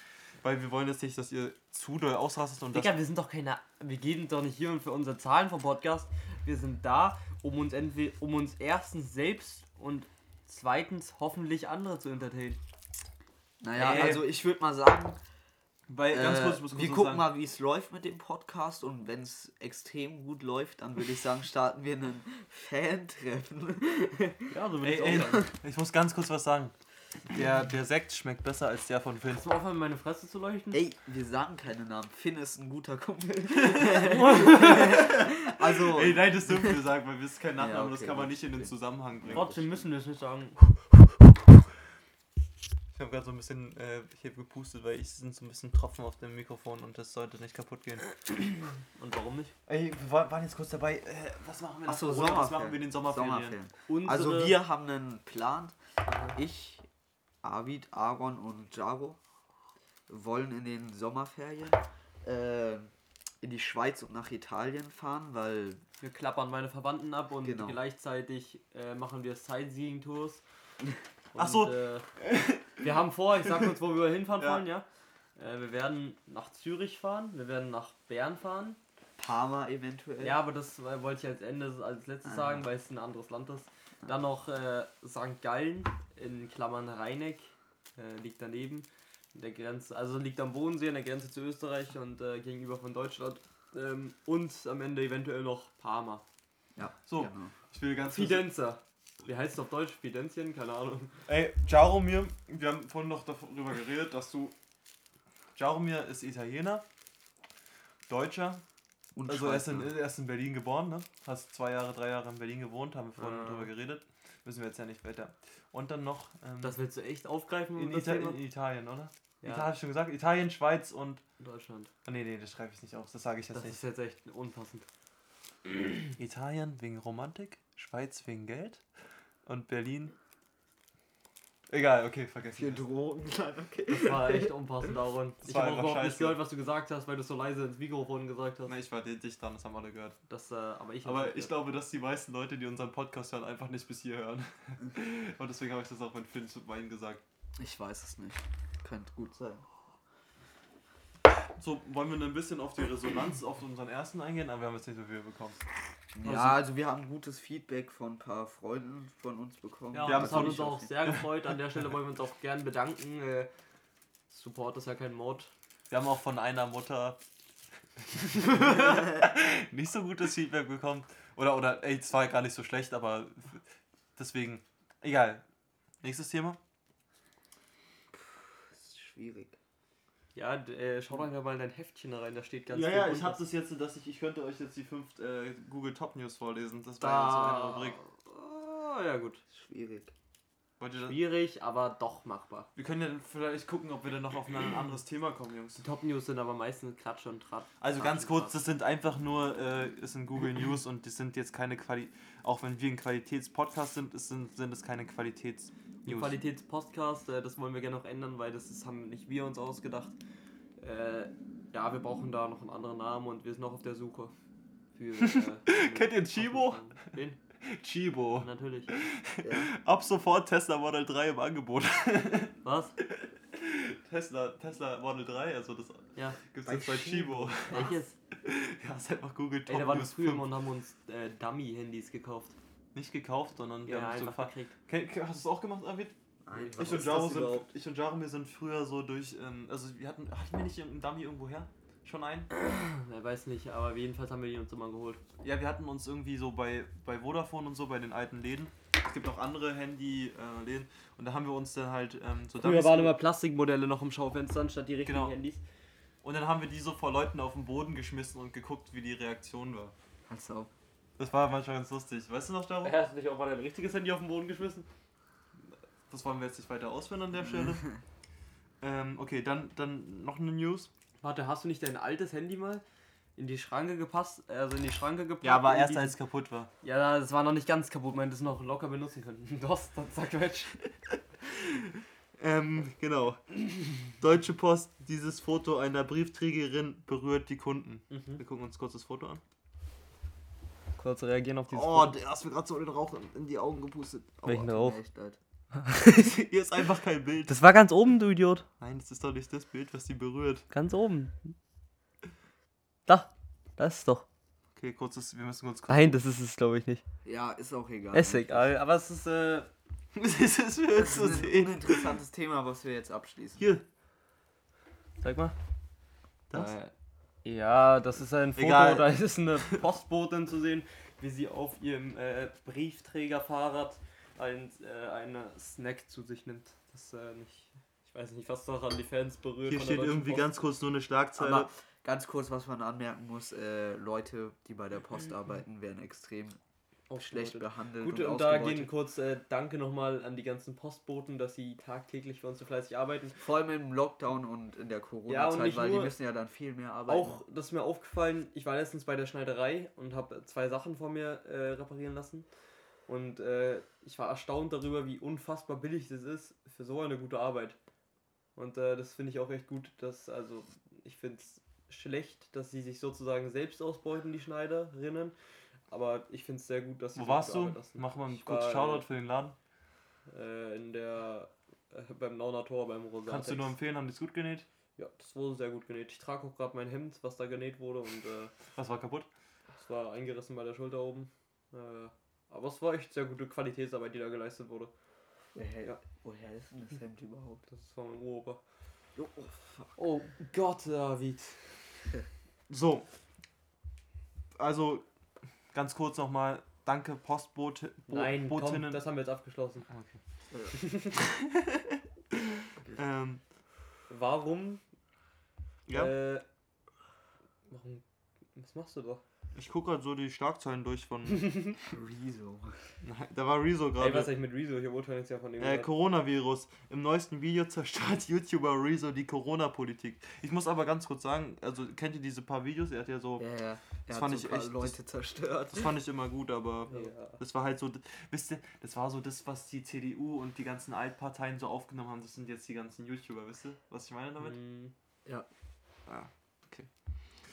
Speaker 1: Weil wir wollen jetzt nicht, dass ihr zu doll ausrastet und das.
Speaker 3: Digga, wir sind doch keine. Wir gehen doch nicht hier und für unsere Zahlen vom Podcast. Wir sind da, um uns entweder, um uns erstens selbst und zweitens hoffentlich andere zu entertainen.
Speaker 2: Naja,
Speaker 1: Ey.
Speaker 2: also ich würde mal sagen,
Speaker 1: Weil, ich
Speaker 2: äh,
Speaker 1: muss
Speaker 2: wir
Speaker 1: was
Speaker 2: gucken
Speaker 1: sagen.
Speaker 2: mal, wie es läuft mit dem Podcast und wenn es extrem gut läuft, dann würde ich sagen, starten wir einen
Speaker 1: [LAUGHS]
Speaker 2: Fan-Treffen.
Speaker 3: Ja, so würde
Speaker 1: Ey,
Speaker 3: ich
Speaker 1: ey,
Speaker 3: auch sagen.
Speaker 1: ich muss ganz kurz was sagen. Der, der Sekt schmeckt besser als der von Finn.
Speaker 3: Hast du aufhören, meine Fresse zu leuchten?
Speaker 2: Ey, wir sagen keine Namen. Finn ist ein
Speaker 1: [LAUGHS]
Speaker 2: guter Kumpel. also,
Speaker 1: Ey, nein, das dürfen wir sagen, weil wir ist kein [LAUGHS]
Speaker 2: Ja,
Speaker 1: Nachname, das
Speaker 2: okay,
Speaker 1: kann man
Speaker 2: gut.
Speaker 1: nicht in den Zusammenhang bringen.
Speaker 3: Trotzdem müssen wir es nicht sagen.
Speaker 1: Ich habe gerade so ein bisschen äh, hier gepustet, weil ich sind so ein bisschen Tropfen auf dem Mikrofon und das sollte nicht kaputt gehen.
Speaker 3: Und warum nicht?
Speaker 1: Ey, wir wa- waren jetzt kurz dabei. Äh, was machen wir nach
Speaker 2: achso,
Speaker 1: Corona?
Speaker 2: Sommerferien.
Speaker 1: Was machen wir in den Sommerferien?
Speaker 3: Unsere,
Speaker 2: Also wir haben einen Plan. Ich, Arvid, Aaron und Jaro wollen in den Sommerferien äh, in die Schweiz und nach Italien fahren, weil
Speaker 3: wir klappern meine Verwandten ab und
Speaker 2: Genau.
Speaker 3: gleichzeitig äh, machen wir Sightseeing-Tours. Und,
Speaker 1: Ach so.
Speaker 3: Äh, wir haben vor, ich sag kurz, wo wir hinfahren
Speaker 1: Ja.
Speaker 3: wollen, ja. Äh, wir werden nach Zürich fahren, wir werden nach Bern fahren.
Speaker 2: Parma eventuell.
Speaker 3: Ja, aber das äh, wollte ich als Ende, als letztes
Speaker 2: Ah.
Speaker 3: sagen, weil es ein anderes Land ist. Dann noch äh, St. Gallen in Klammern Rheineck, äh, liegt daneben. an Der Grenze, also liegt am Bodensee, an der Grenze zu Österreich und äh, gegenüber von Deutschland. Ähm, und am Ende eventuell noch Parma.
Speaker 2: Ja,
Speaker 1: So.
Speaker 2: genau.
Speaker 1: Ich will ganz kurz-
Speaker 3: Fidenza. Wie heißt es auf Deutsch? Fidenzien? Keine Ahnung.
Speaker 1: Ey, Jaromir, wir haben vorhin noch darüber geredet, dass du. Jaromir ist Italiener, Deutscher.
Speaker 2: Und
Speaker 1: Also er ist, in,
Speaker 2: Schweizer.
Speaker 1: er ist in Berlin geboren, ne? Hast zwei Jahre, drei Jahre in Berlin gewohnt, haben wir vorhin
Speaker 3: Ah.
Speaker 1: darüber geredet. Müssen wir jetzt ja nicht weiter. Und dann noch. Ähm,
Speaker 3: Das willst du echt aufgreifen?
Speaker 1: in,
Speaker 3: das
Speaker 1: Ita
Speaker 3: Thema?
Speaker 1: in Italien, oder?
Speaker 3: Ja.
Speaker 1: Italien hab ich schon gesagt. Italien, Schweiz und.
Speaker 3: Deutschland.
Speaker 1: Oh, nee, nee, das schreibe ich nicht auf. Das sage ich jetzt
Speaker 3: Das ist jetzt echt unpassend.
Speaker 1: nicht. Italien wegen Romantik, Schweiz wegen Geld und Berlin. Egal, okay, vergessen. wir das.
Speaker 2: Drogen.
Speaker 1: [LAUGHS]
Speaker 3: Das war echt unpassend, Aaron.
Speaker 1: Das
Speaker 3: Ich
Speaker 1: war
Speaker 3: habe auch
Speaker 1: einfach
Speaker 3: überhaupt
Speaker 1: scheiße.
Speaker 3: nicht gehört, was du gesagt hast, weil du es so leise ins Mikrofon gesagt hast.
Speaker 1: Nee, ich war dicht dran, das haben alle gehört.
Speaker 3: Das, äh, aber ich.
Speaker 1: Aber ich glaube, dass die meisten Leute, die unseren Podcast hören, einfach nicht bis hier hören.
Speaker 3: Mhm.
Speaker 1: [LAUGHS] Und deswegen habe ich das auch mit Finn zu meinen gesagt.
Speaker 2: Ich weiß es nicht. Könnte gut sein.
Speaker 1: So, wollen wir ein bisschen auf die Resonanz auf unseren ersten eingehen? Aber wir haben jetzt nicht so viel bekommen.
Speaker 2: Ja, also wir haben gutes Feedback von ein paar Freunden von uns bekommen.
Speaker 3: Ja,
Speaker 1: Wir haben
Speaker 3: das
Speaker 1: es
Speaker 3: hat
Speaker 1: noch
Speaker 3: uns
Speaker 1: [LAUGHS]
Speaker 3: auch sehr gefreut. An der Stelle wollen wir uns auch gern bedanken. Äh, Support ist ja kein Mord.
Speaker 1: Wir haben auch von einer [LAUGHS] Mutter nicht so gutes Feedback bekommen. Oder, oder, ey, es war gar nicht so schlecht, aber deswegen, egal. Nächstes Thema?
Speaker 2: Das ist schwierig.
Speaker 3: Ja, d- äh, schau doch mal in dein Heftchen rein, da steht ganz viel drunter.
Speaker 1: das jetzt, dass ich, ich könnte euch jetzt die fünf äh, Google Top News vorlesen. Das
Speaker 3: da. Ah, ja, gut.
Speaker 2: Schwierig.
Speaker 1: Wollt ihr das?
Speaker 3: Schwierig, aber doch machbar.
Speaker 1: Wir können ja dann vielleicht gucken, ob wir dann noch auf ein anderes Thema kommen, Jungs.
Speaker 3: Die Top News sind aber meistens Klatsch und Tratsch.
Speaker 1: Also ganz kurz, das sind einfach nur, äh, es sind Google News und die sind jetzt keine Quali, auch wenn wir ein Qualitätspodcast sind, es sind, sind es keine
Speaker 3: Die
Speaker 1: Qualitäts-News.
Speaker 3: Qualitätspodcast, äh, das wollen wir gerne noch ändern, weil das ist, haben nicht wir uns ausgedacht. Äh, ja, wir brauchen da [LAUGHS] noch einen anderen Namen und wir sind noch auf der Suche. Für, äh,
Speaker 1: Kennt ihr Chibo?
Speaker 3: Wen?
Speaker 1: Chibo.
Speaker 3: Natürlich.
Speaker 1: Ab sofort Tesla Model 3 im Angebot.
Speaker 3: Was?
Speaker 1: [LAUGHS] Tesla, Tesla Model 3, also das
Speaker 3: Ja.
Speaker 1: gibt's
Speaker 2: Bei
Speaker 1: jetzt bei Chibo. [LAUGHS]
Speaker 3: Welches?
Speaker 1: Ja, ist einfach Google Top
Speaker 3: Ey, da waren wir
Speaker 1: News
Speaker 3: früher
Speaker 1: 5.
Speaker 3: immer und haben uns äh, Dummy-Handys gekauft.
Speaker 1: Nicht gekauft, sondern wir haben es so gefahren.
Speaker 3: gekriegt.
Speaker 1: Ken- ken- Hast du es auch gemacht, Arvid?
Speaker 2: Nein,
Speaker 1: Ich und, Jaro sind, ich und Jaro, wir sind früher so durch, ähm, also wir hatten, hatten wir nicht einen Dummy irgendwo her? Schon einen?
Speaker 3: Ich weiß nicht, aber jedenfalls haben wir die uns immer geholt.
Speaker 1: Ja, wir hatten uns irgendwie so bei, bei Vodafone und so, bei den alten Läden. Es gibt auch andere Handy-Läden. Und da haben wir uns dann halt ähm, so
Speaker 3: Früher
Speaker 1: Dummies
Speaker 3: waren
Speaker 1: geholt.
Speaker 3: immer Plastikmodelle noch im Schaufenster statt die richtigen
Speaker 1: Genau.
Speaker 3: [LAUGHS] Handys.
Speaker 1: Und dann haben wir die so vor Leuten auf den Boden geschmissen und geguckt, wie die Reaktion war.
Speaker 2: Halt's auf.
Speaker 1: Das war manchmal ganz lustig. Weißt du noch darum?
Speaker 3: Hast du nicht auch mal dein richtiges Handy auf den Boden geschmissen?
Speaker 1: Das wollen wir jetzt nicht weiter ausführen an der
Speaker 3: [LAUGHS]
Speaker 1: Stelle. ähm, okay, dann, dann noch eine News.
Speaker 3: Warte, hast du nicht dein altes Handy mal in die Schranke gepasst? Also in die Schranke gepackt? und die-
Speaker 1: als es kaputt war.
Speaker 3: Ja, das war noch nicht ganz kaputt, man hätte es noch locker benutzen können. [LAUGHS] DOS, das sagt Quatsch.
Speaker 1: Ähm, genau. Deutsche Post, dieses Foto einer Briefträgerin berührt die Kunden.
Speaker 3: Mhm.
Speaker 1: Wir gucken uns kurz das Foto an. [LAUGHS]
Speaker 3: Kurz reagieren auf dieses
Speaker 1: Oh, der hast mir gerade so den Rauch in, in die Augen gepustet. Oh, Aua.
Speaker 5: Welchen Rauch?
Speaker 2: Echt, Alter.
Speaker 1: Hier ist einfach kein Bild.
Speaker 5: [LAUGHS] Das war ganz oben, du Idiot.
Speaker 1: Nein, das ist doch nicht das Bild, was die berührt.
Speaker 5: Ganz oben. Da. Das ist doch.
Speaker 1: Okay, kurzes, wir müssen [LAUGHS] kurz
Speaker 5: Nein, das ist es, glaube ich, nicht.
Speaker 2: Ja, ist auch egal.
Speaker 5: Ist egal. Aber es ist, äh,
Speaker 1: Es ist es für uns
Speaker 2: Das
Speaker 1: zu
Speaker 2: ist ein
Speaker 1: sehen.
Speaker 2: uninteressantes Thema, was wir jetzt abschließen.
Speaker 1: Hier,
Speaker 5: sag mal.
Speaker 1: das.
Speaker 3: Äh,
Speaker 5: Ja, das ist ein Foto,
Speaker 1: Egal.
Speaker 5: da ist
Speaker 1: [LAUGHS]
Speaker 5: eine.
Speaker 3: Postbotin zu sehen, wie sie auf ihrem äh, Briefträgerfahrrad ein, äh, eine Snack zu sich nimmt. Das ist äh, nicht. Ich weiß nicht, was daran die Fans berührt.
Speaker 1: Hier
Speaker 3: von der
Speaker 1: steht
Speaker 3: Deutschen
Speaker 1: irgendwie
Speaker 3: Post.
Speaker 1: ganz kurz nur eine Schlagzeile.
Speaker 2: Aber ganz kurz, was man anmerken muss: äh, Leute, die bei der
Speaker 1: Mhm.
Speaker 2: Post arbeiten, werden extrem schlecht
Speaker 3: Ausgebeutet.
Speaker 2: behandelt.
Speaker 3: Gut,
Speaker 2: und,
Speaker 3: und da
Speaker 2: ausgebeutet.
Speaker 3: gehen kurz äh, Danke nochmal an die ganzen Postboten, dass sie tagtäglich für uns so fleißig arbeiten.
Speaker 2: Vor allem im Lockdown und in der
Speaker 3: Ja, und
Speaker 2: Corona-Zeit,
Speaker 3: nicht
Speaker 2: weil die
Speaker 3: nur-
Speaker 2: müssen ja dann viel mehr arbeiten.
Speaker 3: Auch, das ist mir aufgefallen, ich war letztens bei der Schneiderei und habe zwei Sachen von mir äh, reparieren lassen. Und äh, ich war erstaunt darüber, wie unfassbar billig das ist für so eine gute Arbeit. Und äh, das finde ich auch echt gut, dass, also, ich finde es schlecht, dass sie sich sozusagen selbst ausbeuten, die Schneiderinnen. Aber ich finde es sehr gut, dass sie
Speaker 1: Wo
Speaker 3: so
Speaker 1: warst
Speaker 3: gute
Speaker 1: du?
Speaker 3: Arbeit leisten.
Speaker 1: Mach mal einen
Speaker 3: Ich
Speaker 1: kurzen
Speaker 3: war,
Speaker 1: Shoutout für den Laden.
Speaker 3: Äh, in der, äh, beim Nauner Tor, beim Rosatex.
Speaker 1: Kannst du nur empfehlen, haben die es gut genäht?
Speaker 3: Ja, das wurde sehr gut genäht. Ich trage auch gerade mein Hemd, was da genäht wurde und äh,
Speaker 1: Was war kaputt?
Speaker 3: es war eingerissen bei der Schulter oben. Äh, aber es war echt sehr gute Qualitätsarbeit, die da geleistet wurde.
Speaker 2: Woher,
Speaker 3: Ja.
Speaker 2: woher ist denn das Hemd überhaupt?
Speaker 3: Das ist von meinem Uropa.
Speaker 2: Oh,
Speaker 3: Oh Gott, David.
Speaker 1: So. Also, ganz kurz nochmal. Danke, Postbote. Bo-
Speaker 3: Nein, komm,
Speaker 1: Botinnen. Ah,
Speaker 3: das haben wir jetzt abgeschlossen. [LAUGHS]
Speaker 1: ähm,
Speaker 3: Warum?
Speaker 1: ja,
Speaker 3: Äh, warum? Was machst du da?
Speaker 1: ich gucke gerade so die Schlagzeilen durch
Speaker 3: [LAUGHS]
Speaker 1: von.
Speaker 2: Rezo.
Speaker 1: Nein, da war Rezo
Speaker 3: Ey, was
Speaker 1: gerade.
Speaker 3: ist eigentlich mit Rezo? Hier wurde jetzt ja von dem.
Speaker 1: Äh,
Speaker 3: gesagt.
Speaker 1: Coronavirus. Im neuesten Video zerstört [LAUGHS] YouTuber Rezo die Corona-Politik. Ich muss aber ganz kurz sagen, also kennt ihr diese paar Videos? Er hat ja so.
Speaker 2: Ja, ja. Er
Speaker 1: Das
Speaker 2: hat
Speaker 1: fand
Speaker 2: so
Speaker 1: ich
Speaker 2: ein paar
Speaker 1: echt-
Speaker 2: Leute zerstört.
Speaker 1: Das fand ich immer gut, aber.
Speaker 3: ja.
Speaker 1: Das war halt so, wisst ihr, das war so das, was die CDU und die ganzen Altparteien so aufgenommen haben. Das sind jetzt die ganzen YouTuber, wisst ihr, was ich meine damit?
Speaker 3: Hm,
Speaker 1: Ah.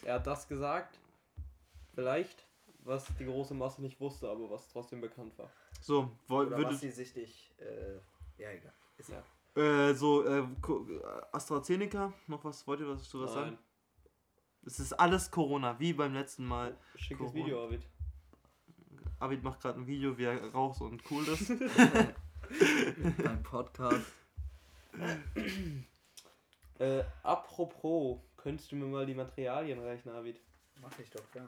Speaker 3: Er hat das gesagt, vielleicht, was die große Masse nicht wusste, aber was trotzdem bekannt war.
Speaker 1: So, woll-
Speaker 2: Oder was
Speaker 1: würdet,
Speaker 2: sie sich nicht. Äh, ja, egal. Ist
Speaker 3: Ja.
Speaker 2: ja.
Speaker 1: äh, so, äh, Ko- äh, AstraZeneca, noch was, wollt ihr was zu was sagen?
Speaker 3: Nein.
Speaker 1: Es ist alles Corona, wie beim letzten Mal.
Speaker 3: Schickes
Speaker 1: Corona.
Speaker 3: Video, Arvid.
Speaker 1: Abid macht gerade ein Video, wie er raucht und cool
Speaker 3: [LAUGHS]
Speaker 1: ist.
Speaker 2: Beim Podcast.
Speaker 3: Äh, apropos, könntest du mir mal die Materialien reichen, Arvid?
Speaker 2: Mach ich doch gern.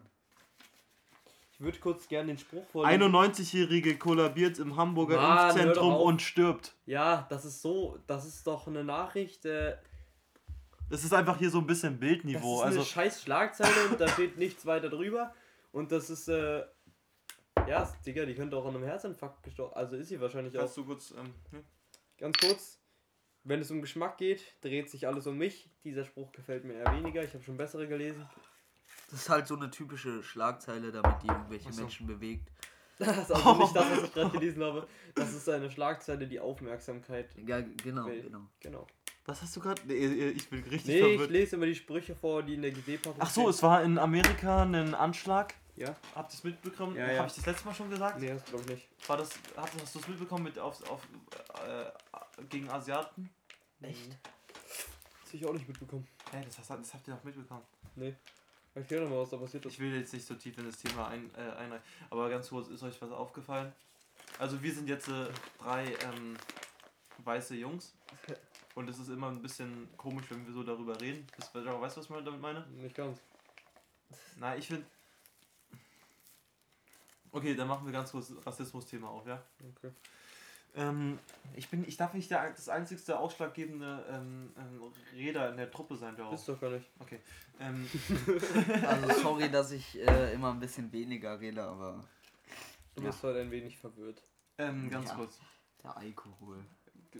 Speaker 3: Ich würde kurz gerne den Spruch vorlesen.
Speaker 1: 91-Jährige kollabiert im Hamburger
Speaker 3: Mann, hör doch
Speaker 1: Impfzentrum
Speaker 3: auf.
Speaker 1: und stirbt.
Speaker 3: Ja, das ist so, das ist doch eine Nachricht, äh,
Speaker 1: Das ist einfach hier so ein bisschen
Speaker 3: das
Speaker 1: Bildniveau.
Speaker 3: ist eine
Speaker 1: Also,
Speaker 3: scheiß Schlagzeile und da steht nichts weiter drüber und das ist, äh, ja, Digga, die könnte auch an einem Herzinfarkt gestorben, also ist sie wahrscheinlich auch.
Speaker 1: du kurz, ähm, ne?
Speaker 3: Ganz kurz, wenn es um Geschmack geht, dreht sich alles um mich. Dieser Spruch gefällt mir eher weniger, ich habe schon bessere gelesen. [LAUGHS]
Speaker 2: Das ist halt so eine typische Schlagzeile, damit die irgendwelche
Speaker 1: Ach so.
Speaker 2: Menschen bewegt.
Speaker 3: Das ist also nicht das, was ich gerade gelesen habe. Das ist eine Schlagzeile, die Aufmerksamkeit,
Speaker 2: Ja, genau,
Speaker 3: Nee.
Speaker 2: genau.
Speaker 3: genau.
Speaker 1: Was hast du gerade? Nee, ich bin richtig
Speaker 3: Nee,
Speaker 1: verwirrt.
Speaker 3: ich lese immer die Sprüche vor, die in der GD-Packung
Speaker 1: Ach so, es war in Amerika ein Anschlag
Speaker 3: Ja?
Speaker 1: Habt ihr es mitbekommen?
Speaker 3: Ja,
Speaker 1: Hab
Speaker 3: ja.
Speaker 1: ich das letzte Mal schon gesagt?
Speaker 3: Nee, das glaube ich nicht.
Speaker 1: War das, hast, hast du es mitbekommen mit auf, auf, äh, gegen Asiaten?
Speaker 2: Echt?
Speaker 3: Das habe Mhm. ich auch nicht mitbekommen.
Speaker 1: Hey, das, hast, das habt ihr doch mitbekommen.
Speaker 3: Erklär doch mal, was da passiert ist.
Speaker 1: Ich will jetzt nicht so tief in das Thema ein, äh, einreichen, aber ganz kurz, ist euch was aufgefallen? Also wir sind jetzt äh, drei ähm, weiße Jungs und es ist immer ein bisschen komisch, wenn wir so darüber reden. Wisst- Weißt du, was ich damit meine?
Speaker 3: Nicht ganz.
Speaker 1: Na, ich finde... Okay, dann machen wir ganz kurz das Rassismus-Thema auf, ja?
Speaker 3: Okay.
Speaker 1: Ähm, ich bin, ich darf nicht der, das einzigste ausschlaggebende ähm, ähm, Räder in der Truppe sein, der auch.
Speaker 3: Ist doch gar nicht.
Speaker 1: Ähm,
Speaker 2: Also sorry, dass ich äh, immer ein bisschen weniger rede, aber
Speaker 3: Du
Speaker 2: Ja.
Speaker 3: bist halt ein wenig verwirrt.
Speaker 1: ähm, ganz
Speaker 2: Ja.
Speaker 1: kurz.
Speaker 2: der Alkohol.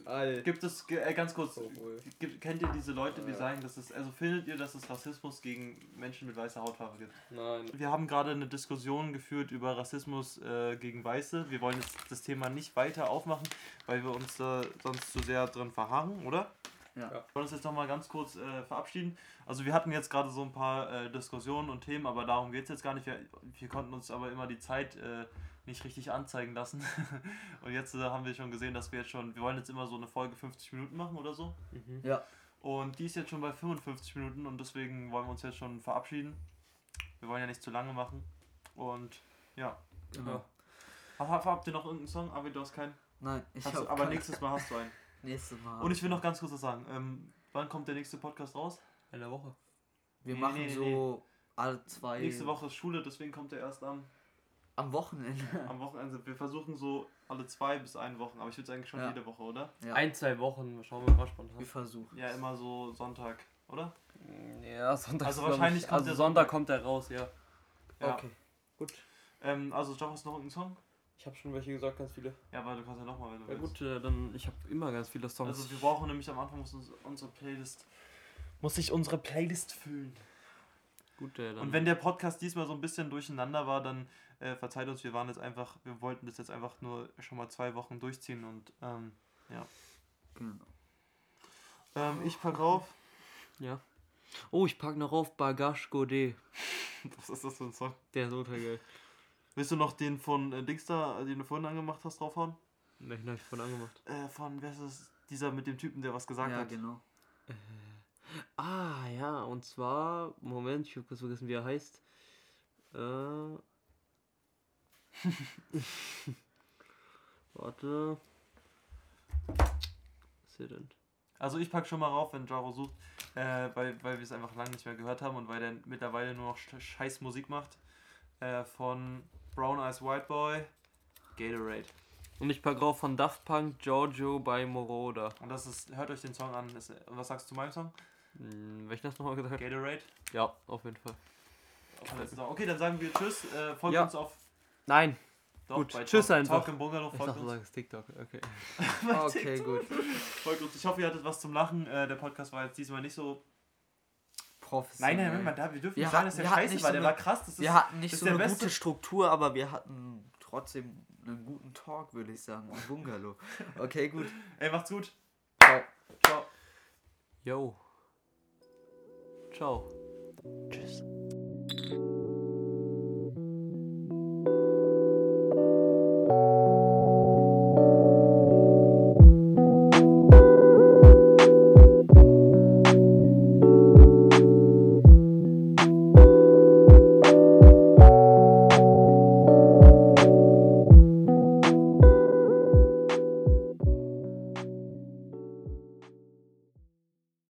Speaker 3: Alter.
Speaker 1: Gibt es, ge- äh, ganz kurz,
Speaker 3: Obwohl.
Speaker 1: Gibt, kennt ihr diese Leute, die
Speaker 3: Ja.
Speaker 1: sagen, dass es, also findet ihr, dass es Rassismus gegen Menschen mit weißer Hautfarbe gibt?
Speaker 3: Nein.
Speaker 1: Wir haben gerade eine Diskussion geführt über Rassismus äh, gegen Weiße. Wir wollen jetzt das Thema nicht weiter aufmachen, weil wir uns da sonst zu sehr drin verharren, oder?
Speaker 2: Ja.
Speaker 1: Wir wollen uns jetzt nochmal ganz kurz äh, verabschieden. Also wir hatten jetzt gerade so ein paar äh, Diskussionen und Themen, aber darum geht es jetzt gar nicht. Wir, wir konnten uns aber immer die Zeit äh, nicht richtig anzeigen lassen. [LAUGHS] und jetzt äh, haben wir schon gesehen, dass wir jetzt schon, wir wollen jetzt immer so eine Folge 50 Minuten machen oder so.
Speaker 3: Mhm.
Speaker 1: Und die ist jetzt schon bei 55 Minuten und deswegen wollen wir uns jetzt schon verabschieden. Wir wollen ja nicht zu lange machen. Und
Speaker 2: Genau.
Speaker 1: hab, hab, habt ihr noch irgendeinen Song? Aber du hast keinen.
Speaker 2: Nein, ich Ah.
Speaker 1: Hast du,
Speaker 2: habe
Speaker 1: aber nächstes Mal hast du
Speaker 2: [LAUGHS]
Speaker 1: einen.
Speaker 2: nächstes Mal.
Speaker 1: Und ich will noch ganz kurz was sagen. Ähm, wann kommt der nächste Podcast raus?
Speaker 3: In der Woche.
Speaker 2: wir
Speaker 1: nee,
Speaker 2: machen
Speaker 1: nee, nee,
Speaker 2: so alle zwei
Speaker 1: Nächste Woche ist Schule, deswegen kommt der erst am,
Speaker 2: am Wochenende. [LAUGHS]
Speaker 1: am Wochenende. Wir versuchen so alle zwei bis eine Woche, aber ich würde eigentlich schon
Speaker 2: Ja.
Speaker 1: jede Woche, oder?
Speaker 2: Ja.
Speaker 3: Ein, zwei Wochen. Schauen wir mal
Speaker 2: Wir
Speaker 3: spontan.
Speaker 2: versuchen.
Speaker 1: Ja, immer so Sonntag, oder?
Speaker 5: Ja, Sonntag.
Speaker 1: Also
Speaker 5: ist, glaub
Speaker 1: wahrscheinlich
Speaker 5: ich,
Speaker 1: kommt
Speaker 5: also
Speaker 1: der
Speaker 5: Sonntag
Speaker 1: Sonntag.
Speaker 5: kommt er raus, ja.
Speaker 1: Ja.
Speaker 2: Okay.
Speaker 1: Ähm, also, Job, hast du noch irgendeinen Song?
Speaker 3: Ich habe schon welche gesagt, ganz viele.
Speaker 1: Ja, aber du kannst ja nochmal, wenn du
Speaker 3: Ja,
Speaker 1: willst.
Speaker 5: Gut, äh, dann ich habe immer ganz viele Songs.
Speaker 1: Also wir brauchen nämlich am Anfang muss uns unsere Playlist muss sich unsere Playlist füllen.
Speaker 5: Gut, äh, dann
Speaker 1: Und wenn der Podcast diesmal so ein bisschen durcheinander war, dann äh, verzeiht uns, wir waren jetzt einfach, wir wollten das jetzt einfach nur schon mal zwei Wochen durchziehen und ähm,
Speaker 2: Genau.
Speaker 1: ähm, ich pack auf.
Speaker 5: Oh, ich pack noch auf Bagash Godet.
Speaker 1: [LAUGHS] Was ist das für ein Song?
Speaker 5: Der ist ultra geil.
Speaker 1: Willst du noch den von äh, Dings da, äh, den du vorhin angemacht hast, draufhauen?
Speaker 5: Den hab ich vorhin angemacht.
Speaker 1: Äh, von wer ist das? Dieser mit dem Typen, der was gesagt
Speaker 2: ja,
Speaker 1: hat. [LAUGHS]
Speaker 2: genau.
Speaker 5: Ah, ja, und zwar, Moment, ich habe kurz vergessen, wie er heißt. Äh. [LAUGHS] Warte. Was ist er denn?
Speaker 1: Also ich pack schon mal rauf, wenn Jaro sucht, äh, weil, weil wir es einfach lange nicht mehr gehört haben und weil der mittlerweile nur noch sch- scheiß Musik macht. Äh, von Brown Eyes White Boy, Gatorade.
Speaker 5: Und ich pack drauf von Daft Punk Giorgio bei Moroder.
Speaker 1: Und das ist, hört euch den Song an. Das, und was sagst du zu meinem Song?
Speaker 5: Hm, welchen hast du nochmal gesagt?
Speaker 1: Gatorade.
Speaker 5: Ja, auf jeden Fall.
Speaker 1: Auf den letzten Song. Okay, dann sagen wir Tschüss. Äh, folgt
Speaker 5: Ja.
Speaker 1: uns auf
Speaker 5: Nein,
Speaker 1: doch,
Speaker 5: Gut,
Speaker 1: bei
Speaker 5: tschüss
Speaker 1: Talk,
Speaker 5: einfach.
Speaker 1: Talk im Bungalow,
Speaker 5: ich dachte,
Speaker 1: folgt
Speaker 5: du
Speaker 1: uns.
Speaker 5: sagst TikTok. Okay.
Speaker 2: Okay, gut.
Speaker 1: folgt uns. Ich hoffe, ihr hattet was zum Lachen. Äh, der Podcast war jetzt diesmal nicht so. äh,
Speaker 2: Professionell.
Speaker 1: Nein, nein, Moment, da, wir dürfen
Speaker 2: Wir
Speaker 1: nicht sagen, dass
Speaker 2: hatten-
Speaker 1: der
Speaker 2: wir hatten
Speaker 1: scheiße
Speaker 2: nicht
Speaker 1: war.
Speaker 2: so
Speaker 1: Der
Speaker 2: eine-
Speaker 1: war krass. Das ist,
Speaker 2: Wir hatten nicht
Speaker 1: ist
Speaker 2: so
Speaker 1: der
Speaker 2: eine
Speaker 1: beste-
Speaker 2: gute Struktur, aber wir hatten trotzdem einen guten Talk, würde ich sagen. Im Bungalow.
Speaker 1: [LAUGHS]
Speaker 2: Okay, gut.
Speaker 1: Ey, macht's gut.
Speaker 2: Ciao.
Speaker 1: Ciao.
Speaker 5: Yo. Ciao. Tschüss.